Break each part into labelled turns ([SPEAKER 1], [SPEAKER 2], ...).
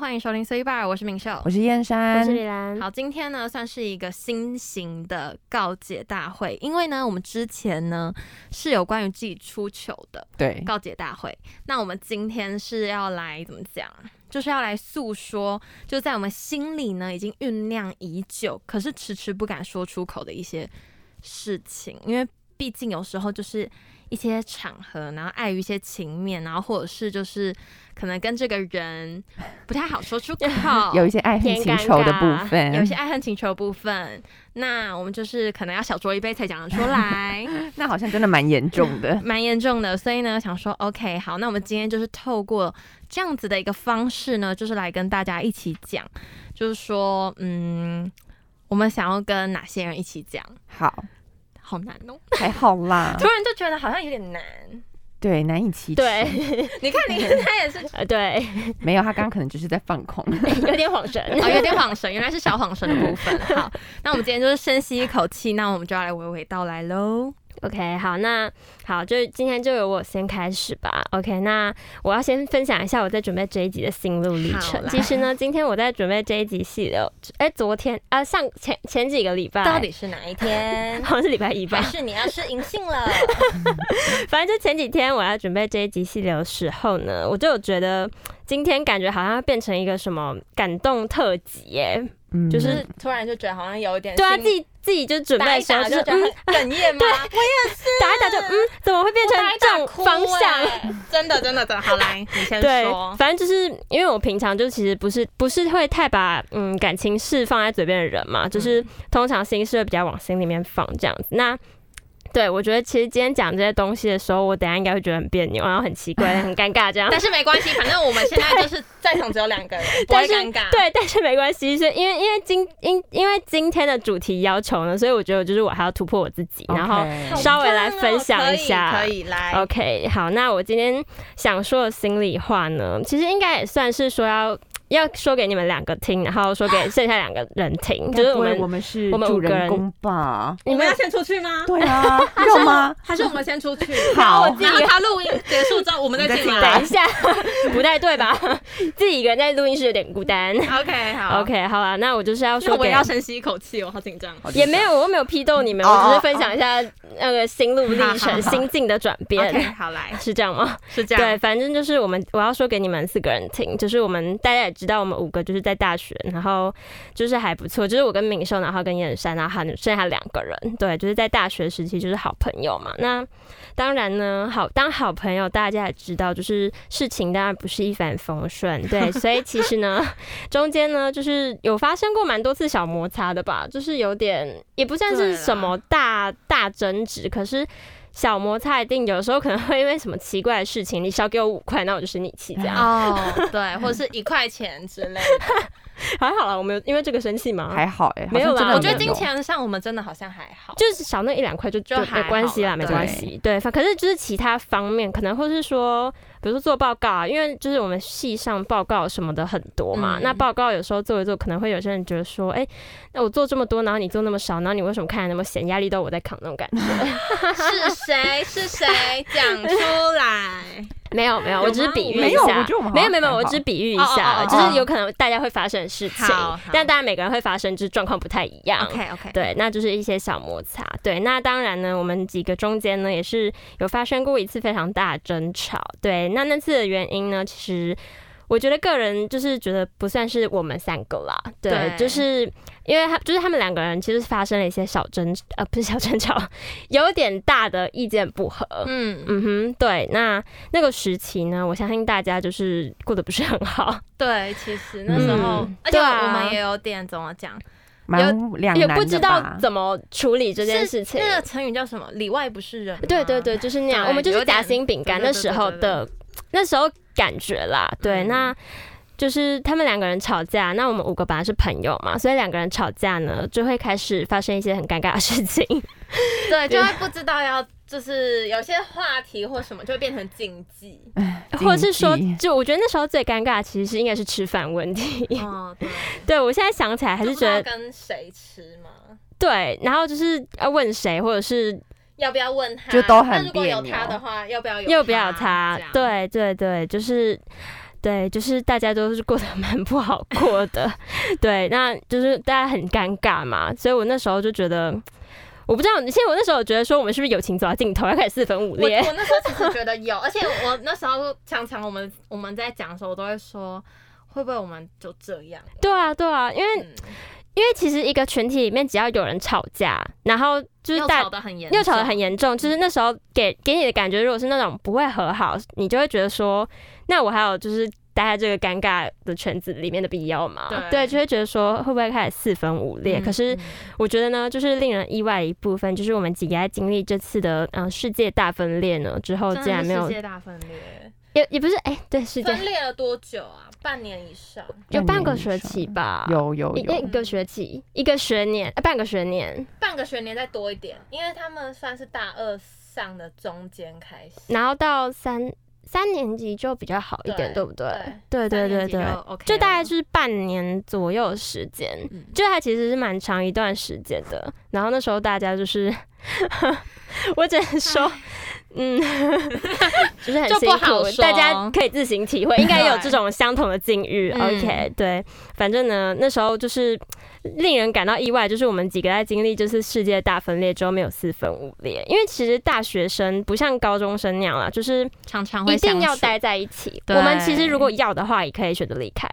[SPEAKER 1] 欢迎收听 C Bar，我是明秀
[SPEAKER 2] 我。是燕山，
[SPEAKER 3] 我是李兰，
[SPEAKER 1] 好，今天呢算是一个新型的告解大会，因为呢我们之前呢是有关于自己出糗的
[SPEAKER 2] 对，，
[SPEAKER 1] 告解大会，那我们今天是要来怎么讲？啊就是要来诉说，就在我们心里呢已经酝酿已久，可是迟迟不敢说出口的一些事情，因为毕竟有时候就是一些场合，然后碍于一些情面，然后或者是就是可能跟这个人不太好说出口
[SPEAKER 2] 有一些爱恨
[SPEAKER 3] 偏
[SPEAKER 2] 情
[SPEAKER 3] 尴
[SPEAKER 2] 仇的
[SPEAKER 3] 尬
[SPEAKER 2] 部分，
[SPEAKER 1] 有一些爱恨情仇部分，那我们就是可能要小酌一杯才讲得出来，。
[SPEAKER 2] 那好像真的蛮严重的
[SPEAKER 1] 蛮严重的。所以呢，想说 OK，好，那我们今天就是透过这样子的一个方式呢，就是来跟大家一起讲，就是说，嗯，我们想要跟哪些人一起讲，
[SPEAKER 2] 好，
[SPEAKER 1] 好难哦、
[SPEAKER 2] 还好 啦
[SPEAKER 1] 突，然就觉得好像有点难。
[SPEAKER 2] 对，难以启齿。
[SPEAKER 3] 对，
[SPEAKER 1] 你看你，他也是，
[SPEAKER 3] 呃，对，
[SPEAKER 2] 没有，他刚刚可能就是在放空。
[SPEAKER 3] 有点恍神。
[SPEAKER 1] 哦，有点晃神，原来是小晃神的部分。好，那我们今天就是深吸一口气，那我们就要来娓娓道来喽。
[SPEAKER 3] OK，好，那好，就今天就由我先开始吧。OK，那我要先分享一下我在准备这一集的心路历
[SPEAKER 1] 好
[SPEAKER 3] 程
[SPEAKER 1] 来。
[SPEAKER 3] 其实呢，今天我在准备这一集系列，哎、昨天啊、呃上前前几个礼拜，
[SPEAKER 1] 到底是哪一天？
[SPEAKER 3] 好像是礼拜一吧
[SPEAKER 1] 还，是你要是银杏 了？
[SPEAKER 3] 反正就前几天我要准备这一集系列的时候呢，我就有觉得今天感觉好像要变成一个什么感动特辑耶，
[SPEAKER 2] 嗯，
[SPEAKER 3] 就是
[SPEAKER 1] 突然就觉得好像有一点
[SPEAKER 3] 对啊，
[SPEAKER 1] 心
[SPEAKER 3] 自己自己就准备
[SPEAKER 1] 打
[SPEAKER 3] 的
[SPEAKER 1] 一
[SPEAKER 3] 时候
[SPEAKER 1] 打
[SPEAKER 3] 就是
[SPEAKER 1] 就觉得
[SPEAKER 3] 嗯
[SPEAKER 1] 很哽 咽吗？
[SPEAKER 3] 打一打就嗯，怎么会变成这种方向？
[SPEAKER 1] 向， 真的真的真的。好 来，你先
[SPEAKER 3] 对
[SPEAKER 1] 说，。
[SPEAKER 3] 反正就是因为我平常就其实不是不是会太把嗯感情事放在嘴边的人
[SPEAKER 1] 嗯
[SPEAKER 3] 嘛，就是通常心事会比较往心里面放这样子。那对我觉得其实今天讲这些东西的时候，我等一下应该会觉得很别扭，然后很奇怪、很尴尬这样。
[SPEAKER 1] 但是没关系，反正我们现在就是在场只有两个 人，不
[SPEAKER 3] 但
[SPEAKER 1] 会
[SPEAKER 3] 是
[SPEAKER 1] 尴尬。，
[SPEAKER 3] 对，但是没关系，是因为因为今因因为今天的主题要求呢，所以我觉得就是我还要突破我自己，然后
[SPEAKER 2] OK
[SPEAKER 3] 稍微来分享一下
[SPEAKER 1] 可以可以来。
[SPEAKER 3] OK，好，那我今天想说的心里话呢，其实应该也算是说要要说给你们两个听，然后说给剩下两个人听，就是
[SPEAKER 2] 该不
[SPEAKER 3] 我
[SPEAKER 2] 会
[SPEAKER 3] 们
[SPEAKER 2] 我们是
[SPEAKER 3] 我们
[SPEAKER 2] 主
[SPEAKER 3] 五个人啊
[SPEAKER 2] 人公吧？
[SPEAKER 1] 你们要先出去吗？
[SPEAKER 2] 对 啊，要吗？
[SPEAKER 1] 还是我们先出去？
[SPEAKER 2] 好
[SPEAKER 1] 然后然后他录音结束之后，我们再进
[SPEAKER 3] 等
[SPEAKER 1] 来
[SPEAKER 3] 一。下，不太对吧？ 自己一个人在录音室有点孤单。
[SPEAKER 1] OK，好。
[SPEAKER 3] OK，好啦，那我就是要
[SPEAKER 1] 那
[SPEAKER 3] 说
[SPEAKER 1] 我
[SPEAKER 3] 给
[SPEAKER 1] 也。要深吸一口气，我哦好紧张。
[SPEAKER 2] 好
[SPEAKER 3] 也没。有，我没有批斗你们，
[SPEAKER 2] 哦
[SPEAKER 3] 我只是分享一下那个心路历
[SPEAKER 1] 好好好
[SPEAKER 3] 程、心境的转变，
[SPEAKER 1] OK，好来，
[SPEAKER 3] 是这样吗？
[SPEAKER 1] 是这样。
[SPEAKER 3] 对，反正就是我们我要说给你们四个人听，就是我们大家也知道，我们五个就是在大学，然后就是还不错，就是我跟敏秀，然后跟燕山，然后还有剩下两个人，对，就是在大学时期就是好朋友嘛。那当然呢，好当好朋友，大家也知道，就是事情当然不是一帆风顺， 对，所以其实呢，中间呢就是有发生过蛮多次小摩擦的吧，就是有点也不算
[SPEAKER 1] 对
[SPEAKER 3] 是
[SPEAKER 1] 啦
[SPEAKER 3] 什么大
[SPEAKER 1] 啊
[SPEAKER 3] 大争执，可是小摩擦一定有时候可能会因为什么奇怪的事情，你少给我五块，那我就生你气这样。
[SPEAKER 2] 嗯
[SPEAKER 1] 哦， 对，或者是一块钱之类的。
[SPEAKER 3] 嗯还好啦，我没有因为这个生气吗？
[SPEAKER 2] 还好哎，好像
[SPEAKER 3] 没有啦
[SPEAKER 2] 真的
[SPEAKER 1] 我觉得
[SPEAKER 2] 没
[SPEAKER 1] 金
[SPEAKER 2] 有
[SPEAKER 1] 钱上我们真的好像还好，
[SPEAKER 3] 就是少那一两块就
[SPEAKER 1] 就
[SPEAKER 3] 就
[SPEAKER 1] 还
[SPEAKER 3] 没关系
[SPEAKER 1] 好啦
[SPEAKER 3] 啦，没关系。对，反可是就是其他方面，可能或是说，比如说做报告啊，因为就是我们系上报告什么的很多嘛，
[SPEAKER 1] 嗯
[SPEAKER 3] 那报告有时候做一做，可能会有些人觉得说，哎、那我做这么多，然后你做那么少，然后你为什么看起来那么闲，压力都我在扛那种感觉。
[SPEAKER 1] 是谁是谁讲出 来？
[SPEAKER 3] 没有没有，
[SPEAKER 1] 有
[SPEAKER 3] 我只是
[SPEAKER 1] 吗
[SPEAKER 3] 比喻
[SPEAKER 1] 没
[SPEAKER 3] 一
[SPEAKER 2] 有我
[SPEAKER 3] 下
[SPEAKER 2] 觉得我们好
[SPEAKER 3] 没有
[SPEAKER 2] 像
[SPEAKER 3] 没有没有，
[SPEAKER 2] 还
[SPEAKER 3] 我
[SPEAKER 2] 好
[SPEAKER 3] 只比喻一
[SPEAKER 1] 哦哦
[SPEAKER 3] 下，
[SPEAKER 1] 哦
[SPEAKER 3] 就
[SPEAKER 2] 哦
[SPEAKER 3] 是有可能大家会发生的事情
[SPEAKER 1] 好好，
[SPEAKER 3] 但当然每个人会发生，就是状况不太一样。
[SPEAKER 1] OK OK，
[SPEAKER 3] 对，那就是一些小摩擦。对，那当然呢，我们几个中间呢也是有发生过一次非常大的争吵。对，那那次的原因呢，其实我觉得个人就是觉得不算是我们三个啦。对，
[SPEAKER 1] 对
[SPEAKER 3] 就是因为他就是他们两个人其实发生了一些小争，呃，不是小争吵， 有点大的意见不合。
[SPEAKER 1] 嗯，
[SPEAKER 3] 嗯哼，对，那那个时期呢，我相信大家就是过得不是很好，
[SPEAKER 1] 对，其实那时候
[SPEAKER 3] 嗯，
[SPEAKER 1] 而且
[SPEAKER 3] 对啊
[SPEAKER 1] 我们也有点怎么讲，
[SPEAKER 2] 蛮两
[SPEAKER 3] 也
[SPEAKER 2] 难的吧
[SPEAKER 3] 不知道怎么处理这件
[SPEAKER 1] 是
[SPEAKER 3] 事情。
[SPEAKER 1] 那个成语叫什么？里外不是人。
[SPEAKER 3] 对对，对，就是那样。
[SPEAKER 1] 对
[SPEAKER 3] 我们就
[SPEAKER 1] 有
[SPEAKER 3] 是
[SPEAKER 1] 点
[SPEAKER 3] 夹心饼干
[SPEAKER 1] 对对
[SPEAKER 3] 那
[SPEAKER 1] 对
[SPEAKER 3] 时候
[SPEAKER 1] 对对
[SPEAKER 3] 的，那时候感觉啦。对，
[SPEAKER 1] 嗯
[SPEAKER 3] 那就是他们两个人吵架，那我们五个本来是朋友嘛，所以两个人吵架呢，就会开始发生一些很尴尬的事 情。
[SPEAKER 1] 对，就会不知道要。就是有些话题或什么就会变成禁忌，
[SPEAKER 3] 或者是说
[SPEAKER 2] 禁忌，
[SPEAKER 3] 就我觉得那时候最尴尬，其实是应该是吃饭问题。
[SPEAKER 1] 哦，对，
[SPEAKER 3] 对我现在想起来还
[SPEAKER 1] 就是不知
[SPEAKER 3] 觉
[SPEAKER 1] 道
[SPEAKER 3] 得
[SPEAKER 1] 跟谁吃嘛，
[SPEAKER 3] 对，然后就是要问谁，或者是
[SPEAKER 1] 要不要问他？
[SPEAKER 2] 就都很
[SPEAKER 1] 那如果有
[SPEAKER 2] 别扭
[SPEAKER 1] 他的话，要不要有
[SPEAKER 3] 又不要有
[SPEAKER 1] 他
[SPEAKER 3] 他
[SPEAKER 1] 这样？
[SPEAKER 3] 对对对，就是对，就是大家都是过得 蛮不好过的，对，那就是大家很尴尬嘛，所以我那时候就觉得，我不知道，现在我那时候觉得说我们是不是友情走到尽头，要开始四分五
[SPEAKER 1] 我
[SPEAKER 3] 裂？
[SPEAKER 1] 我那时候其实觉得有，而且我那时候常常我们我们在讲的时候，我都会说，会不会我们就这样？
[SPEAKER 3] 对啊，对啊，因为
[SPEAKER 1] 嗯，
[SPEAKER 3] 因为其实一个群体里面只要有人吵架，然后就是
[SPEAKER 1] 又
[SPEAKER 3] 大
[SPEAKER 1] 吵得很严，
[SPEAKER 3] 又吵得很。严重，就是那时候给给你的感觉，如果是那种不会和好，你就会觉得说，那我还有就是待在这个尴尬的圈子里面的必要吗？
[SPEAKER 1] 对
[SPEAKER 3] 就会觉得说会不会开始四分五裂？可是
[SPEAKER 1] 嗯
[SPEAKER 3] 我觉得呢，就是令人意外的一部分，就是我们几个在经历这次的嗯、呃世界大分裂呢之后，
[SPEAKER 1] 真
[SPEAKER 3] 哦竟
[SPEAKER 1] 的
[SPEAKER 3] 然
[SPEAKER 1] 是
[SPEAKER 3] 没有
[SPEAKER 1] 世界大分裂，
[SPEAKER 3] 也也不是哎、对世界
[SPEAKER 1] 分裂了多久啊？半年以上。
[SPEAKER 3] 有半个
[SPEAKER 2] 半年以
[SPEAKER 3] 学期吧，
[SPEAKER 2] 有有
[SPEAKER 3] 一
[SPEAKER 2] 有
[SPEAKER 3] 一，个学期一个学年、呃半个学年，
[SPEAKER 1] 半个学年再多一点，因为他们算是大二上的中间开始，
[SPEAKER 3] 然后到三三年级就比较好一点，
[SPEAKER 1] 对
[SPEAKER 3] 对不对？对对
[SPEAKER 1] 三
[SPEAKER 3] 对
[SPEAKER 1] 年级
[SPEAKER 3] 对。
[SPEAKER 1] 就 OK，
[SPEAKER 3] 就大概
[SPEAKER 1] 了
[SPEAKER 3] 就是半年左右的时间，
[SPEAKER 1] 嗯
[SPEAKER 3] 就它其实是蛮长一段时间的。然后那时候大家就是， 我只能说，嗯， 就是很
[SPEAKER 1] 就不
[SPEAKER 3] 辛
[SPEAKER 1] 好
[SPEAKER 3] 苦，
[SPEAKER 1] 说
[SPEAKER 3] 大家可以自行体会，应该有
[SPEAKER 1] 对
[SPEAKER 3] 这种相同的境遇。
[SPEAKER 1] 嗯
[SPEAKER 3] OK，对，反正呢，那时候就是令人感到意外，就是我们几个在经历就是世界大分裂之后没有四分五裂，因为其实大学生不像高中生那样啦，就是
[SPEAKER 1] 常常
[SPEAKER 3] 一
[SPEAKER 1] 会
[SPEAKER 3] 定要
[SPEAKER 1] 相处
[SPEAKER 3] 待在一起。
[SPEAKER 1] 对
[SPEAKER 3] 我们其实如果要的话，也可以选择离开。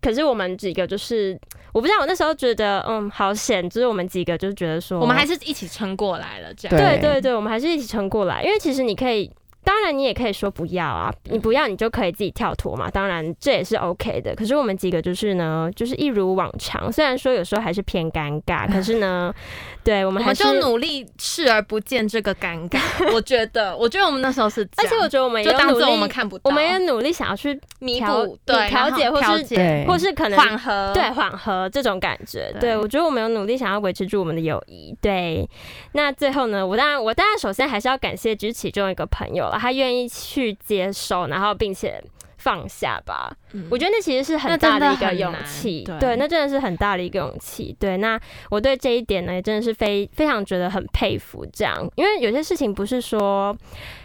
[SPEAKER 3] 可是我们几个就是，我不知道，我那时候觉得，嗯，好险，就是我们几个就是觉得说，
[SPEAKER 1] 我们还是一起撑过来了，这样
[SPEAKER 3] 对
[SPEAKER 2] 对
[SPEAKER 3] 对对，我们还是一起撑过来。因为其实你可以，当然你也可以说不要啊，你不要你就可以自己跳脱嘛，当然这也是 OK 的。可是我们几个就是呢，就是一如往常，虽然说有时候还是偏尴尬，可是 呢，对我
[SPEAKER 1] 我
[SPEAKER 3] 们还
[SPEAKER 1] 们
[SPEAKER 3] 是
[SPEAKER 1] 就努力视而不见这个尴尬。 我觉得，我觉得我们那时候是这
[SPEAKER 3] 而
[SPEAKER 1] 样，
[SPEAKER 3] 且我觉得我们也
[SPEAKER 1] 啊就
[SPEAKER 3] 有
[SPEAKER 1] 当
[SPEAKER 3] 努
[SPEAKER 1] 做
[SPEAKER 3] 力，
[SPEAKER 1] 我们看不到，
[SPEAKER 3] 我们也努力想要去
[SPEAKER 1] 弥
[SPEAKER 3] 调
[SPEAKER 1] 补对
[SPEAKER 3] 调解
[SPEAKER 1] 然后
[SPEAKER 3] 或是
[SPEAKER 1] 调解
[SPEAKER 2] 对，
[SPEAKER 3] 或是可能
[SPEAKER 1] 缓和，
[SPEAKER 3] 对缓和这种感觉。对
[SPEAKER 1] 对
[SPEAKER 3] 我觉得我们有努力想要维持住我们的友谊。对，那最后呢，我当然我当然首先还是要感谢就是其中一个朋友了，他愿意去接受，然后并且。放下吧，
[SPEAKER 1] 嗯，
[SPEAKER 3] 我觉得那其实是很
[SPEAKER 1] 那
[SPEAKER 3] 大
[SPEAKER 1] 真的
[SPEAKER 3] 的一个
[SPEAKER 1] 很
[SPEAKER 3] 勇
[SPEAKER 1] 难
[SPEAKER 3] 气，
[SPEAKER 1] 对
[SPEAKER 3] 对，那真的是很大的一个勇气，对。那我对这一点呢，也真的是非非常觉得很佩服，这样，因为有些事情不是说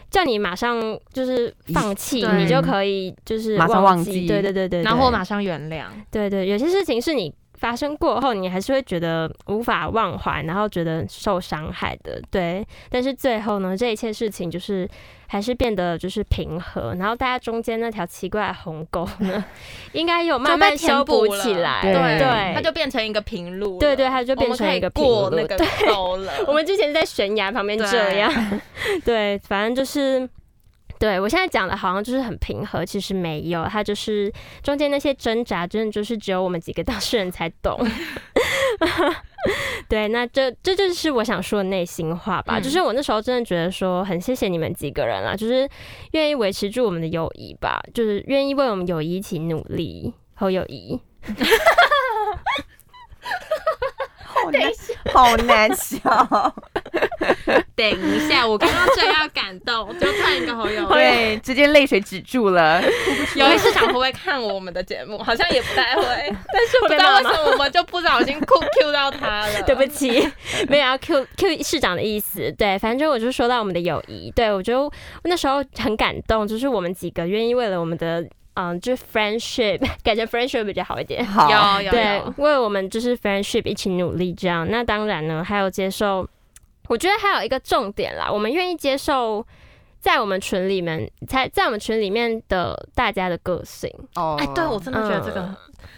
[SPEAKER 3] 叫你马上就是放弃，
[SPEAKER 1] 对
[SPEAKER 3] 你就可以就是
[SPEAKER 2] 马上忘记
[SPEAKER 3] 对对对对，
[SPEAKER 1] 然
[SPEAKER 3] 对
[SPEAKER 1] 后我马上原谅，
[SPEAKER 3] 对对，有些事情是你发生过后，你还是会觉得无法忘怀，然后觉得受伤害的。对，但是最后呢，这一切事情就是还是变得就是平和，然后大家中间那条奇怪的鸿沟呢， 应该有慢
[SPEAKER 1] 就被
[SPEAKER 3] 慢修
[SPEAKER 1] 填补
[SPEAKER 3] 补
[SPEAKER 1] 了
[SPEAKER 3] 起来。
[SPEAKER 2] 对
[SPEAKER 3] 对
[SPEAKER 1] 它就变成一个平路了，
[SPEAKER 3] 对对它就变成一个平路
[SPEAKER 1] 我们可以过那个沟 了。
[SPEAKER 3] 我们之前在悬崖旁边
[SPEAKER 1] 对
[SPEAKER 3] 这样， 对，反正就是。对我现在讲的好像就是很平和，其实没有，它就是中间那些挣扎，真的就是只有我们几个当事人才懂。 对，那这这就是我想说的内心话吧，
[SPEAKER 1] 嗯
[SPEAKER 3] 就是我那时候真的觉得说，很谢谢你们几个人啦，就是愿意维持住我们的友谊吧，就是愿意为我们友谊一起努力，好友谊。
[SPEAKER 2] 好难，好难笑。
[SPEAKER 1] 等一下，我刚刚正要感 动，就看一个好友，
[SPEAKER 2] 对，直接泪水止住了。
[SPEAKER 1] 有一市场会不会看我们的节目？好像也不 太会，但是不知
[SPEAKER 3] 被骂
[SPEAKER 1] 道为
[SPEAKER 3] 吗
[SPEAKER 1] 什么我们就不小心 Q Q 到他 了。
[SPEAKER 3] 对不起，没有要 Q Q 市长的意思。对，反正我就说到我们的友谊，对我就那时候很感动，就是我们几个愿意为了我们的嗯，就是 friendship，感 觉 friendship 比较好一点。
[SPEAKER 2] 好，
[SPEAKER 1] 有有
[SPEAKER 3] 对
[SPEAKER 1] 有，，
[SPEAKER 3] 为我们就是 friendship 一起努力这样。那当然呢，还有接受，我觉得还有一个重点啦，我们愿意接受。在我们群里面，在在我们群里面的大家的个性，
[SPEAKER 2] 哦
[SPEAKER 1] 哎，对我真的觉得这
[SPEAKER 3] 嗯
[SPEAKER 1] 个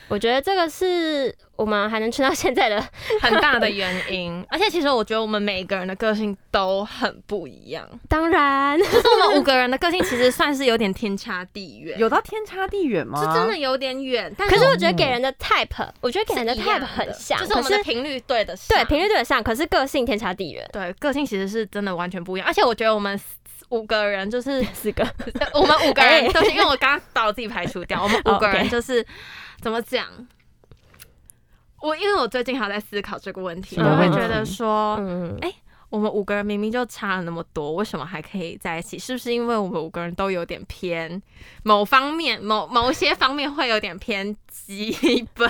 [SPEAKER 3] 我觉得这个是我们还能撑到现在的
[SPEAKER 1] 很大的原因，而且其实我觉得我们每一个人的个性都很不一 样，
[SPEAKER 3] 当然，
[SPEAKER 1] 就是我们五个人的个性其实算是有点天差地远，
[SPEAKER 2] 有到天差地远吗？
[SPEAKER 1] 是真的有点远，但
[SPEAKER 3] 可
[SPEAKER 1] 是嗯
[SPEAKER 3] 是我觉得给人的 type，我觉得给人的
[SPEAKER 1] 是一样
[SPEAKER 3] type 很像，
[SPEAKER 1] 就是
[SPEAKER 3] 可
[SPEAKER 1] 我们的
[SPEAKER 3] 是
[SPEAKER 1] 频率对的上，
[SPEAKER 3] 对频率对得上，可是个性天差地远。
[SPEAKER 1] 对个性其实是真的完全不一样，而且我觉得我们四五个人就是
[SPEAKER 3] 四个
[SPEAKER 1] 我们五个
[SPEAKER 3] 哎哦
[SPEAKER 1] 人都是因为我刚刚把我自己排除 掉，我们五个
[SPEAKER 3] OK
[SPEAKER 1] 人就是、怎么讲？我因为我最近还在思考这个问题，
[SPEAKER 2] 什
[SPEAKER 1] 我
[SPEAKER 3] 么
[SPEAKER 1] 会
[SPEAKER 3] 问
[SPEAKER 1] 觉得
[SPEAKER 2] 题
[SPEAKER 1] 说，
[SPEAKER 3] 嗯，
[SPEAKER 1] 我们五个人明明就差了那么多，为什么还可以在一起？是不是因为我们五个人都有点偏某方面、某某些方面会有点偏基 本，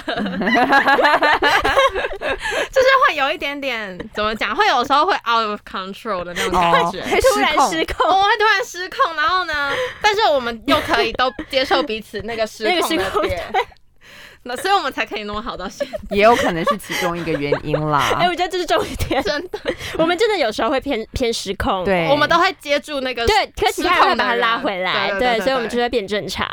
[SPEAKER 1] 就是会有一点点怎么讲，会有时候会 out of control 的那种感觉。
[SPEAKER 3] 会突然失控，
[SPEAKER 1] 我会突然失控，然后呢？但是我们又可以都接受彼此那个失
[SPEAKER 3] 那个
[SPEAKER 1] 控
[SPEAKER 3] 失
[SPEAKER 1] 的
[SPEAKER 3] 控
[SPEAKER 1] 点，那所以我们才可以弄好到现在。
[SPEAKER 2] 也有可能是其中一个原因
[SPEAKER 3] 哎、
[SPEAKER 2] 啦。
[SPEAKER 3] 我觉得这是重点。
[SPEAKER 1] 真的，
[SPEAKER 3] 我们真的有时候会偏偏失控，
[SPEAKER 2] 对，
[SPEAKER 1] 我们都会接住那个
[SPEAKER 3] 对，可是其他人会把它拉回
[SPEAKER 1] 失
[SPEAKER 3] 来，
[SPEAKER 1] 控的人对对对
[SPEAKER 3] 对，
[SPEAKER 1] 对
[SPEAKER 3] 所以我们就会变正常。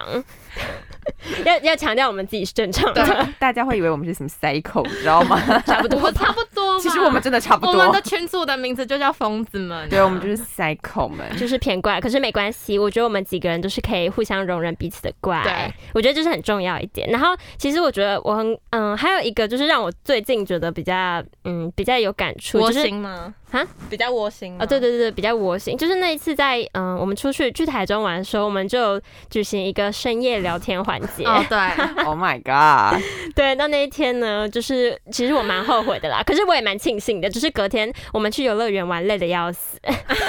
[SPEAKER 3] 要要强调我们自己是正常
[SPEAKER 1] 对
[SPEAKER 3] 的，
[SPEAKER 2] 大家会以为我们是什么 psycho，你知道 吗？
[SPEAKER 3] 差不
[SPEAKER 1] 我
[SPEAKER 3] 多
[SPEAKER 1] 们。差不多吧。
[SPEAKER 2] 其实我们真的差不
[SPEAKER 1] 我们的
[SPEAKER 2] 多。
[SPEAKER 1] 群组的名字就叫疯子们啊、
[SPEAKER 2] 对，我们就是 psycho 们。
[SPEAKER 3] 就是偏怪，可是没关系，我觉得我们几个人都是可以互相容忍彼此的怪
[SPEAKER 1] 对，
[SPEAKER 3] 我觉得这是很重要一点。然后其实我觉得我很嗯，还有一个就是让我最近觉得比较嗯比较有感触，
[SPEAKER 1] 窝
[SPEAKER 3] 就是
[SPEAKER 1] 心吗？
[SPEAKER 3] 啊，
[SPEAKER 1] 比较窝心
[SPEAKER 3] 啊、对对对对，比较窝心。就是那一次在嗯、我们出去去台中玩的时候，我们就有举行一个深夜聊天环节。
[SPEAKER 1] 哦对，
[SPEAKER 2] Oh my god！
[SPEAKER 3] 对，那那一天呢，就是其实我蛮后悔的 啦，可是我也蛮庆幸的，就是隔天我们去游乐园玩累的要死，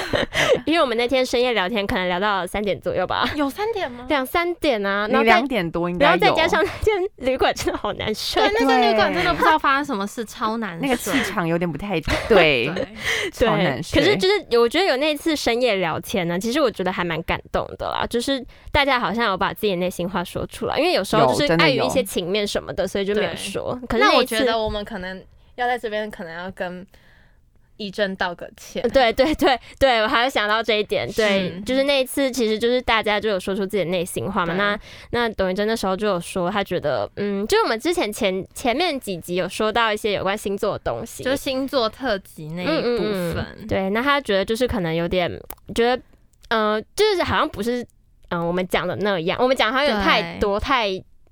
[SPEAKER 3] 因为我们那天深夜聊天可能聊到三点左右吧，
[SPEAKER 1] 有三点吗？
[SPEAKER 3] 两三点啊，
[SPEAKER 2] 你
[SPEAKER 3] 然后再
[SPEAKER 2] 两点多应
[SPEAKER 3] 然
[SPEAKER 2] 该
[SPEAKER 3] 后再
[SPEAKER 2] 有，
[SPEAKER 3] 加上那天旅馆真的好难睡
[SPEAKER 1] 对，，那间旅
[SPEAKER 2] 对
[SPEAKER 1] 馆真的不知道发生什么事，超难
[SPEAKER 2] 那个气
[SPEAKER 1] 睡
[SPEAKER 2] 场有点不 太对，
[SPEAKER 1] 对，
[SPEAKER 2] 超难
[SPEAKER 3] 可
[SPEAKER 2] 睡。
[SPEAKER 3] 是就是有我觉得有那次深夜聊天呢，其实我觉得还蛮感动的啦，就是大家好像有把自己的内心话说出来，因为有时候
[SPEAKER 2] 有
[SPEAKER 3] 就是
[SPEAKER 2] 真的
[SPEAKER 3] 碍于
[SPEAKER 2] 有
[SPEAKER 3] 一些情面什么的，所以就没有
[SPEAKER 1] 对
[SPEAKER 3] 说。可是
[SPEAKER 1] 那
[SPEAKER 3] 一
[SPEAKER 1] 我
[SPEAKER 3] 次
[SPEAKER 1] 觉得我们可能要在这边可能要跟义正道个歉。
[SPEAKER 3] 对对对对，我还有想到这一点，对，
[SPEAKER 1] 是
[SPEAKER 3] 就是那一次，其实就是大家就有说出自己的内心话嘛。
[SPEAKER 1] 对
[SPEAKER 3] 那那董宇珍那时候就有说，她觉得，嗯，就是我们之前前前面几集有说到一些有关星座的东西，
[SPEAKER 1] 就是星座特辑那一部分，
[SPEAKER 3] 嗯对，那她觉得就是可能有点觉得，呃，就是好像不是，嗯、我们讲的那样，我们讲好像有点太
[SPEAKER 1] 对
[SPEAKER 3] 多太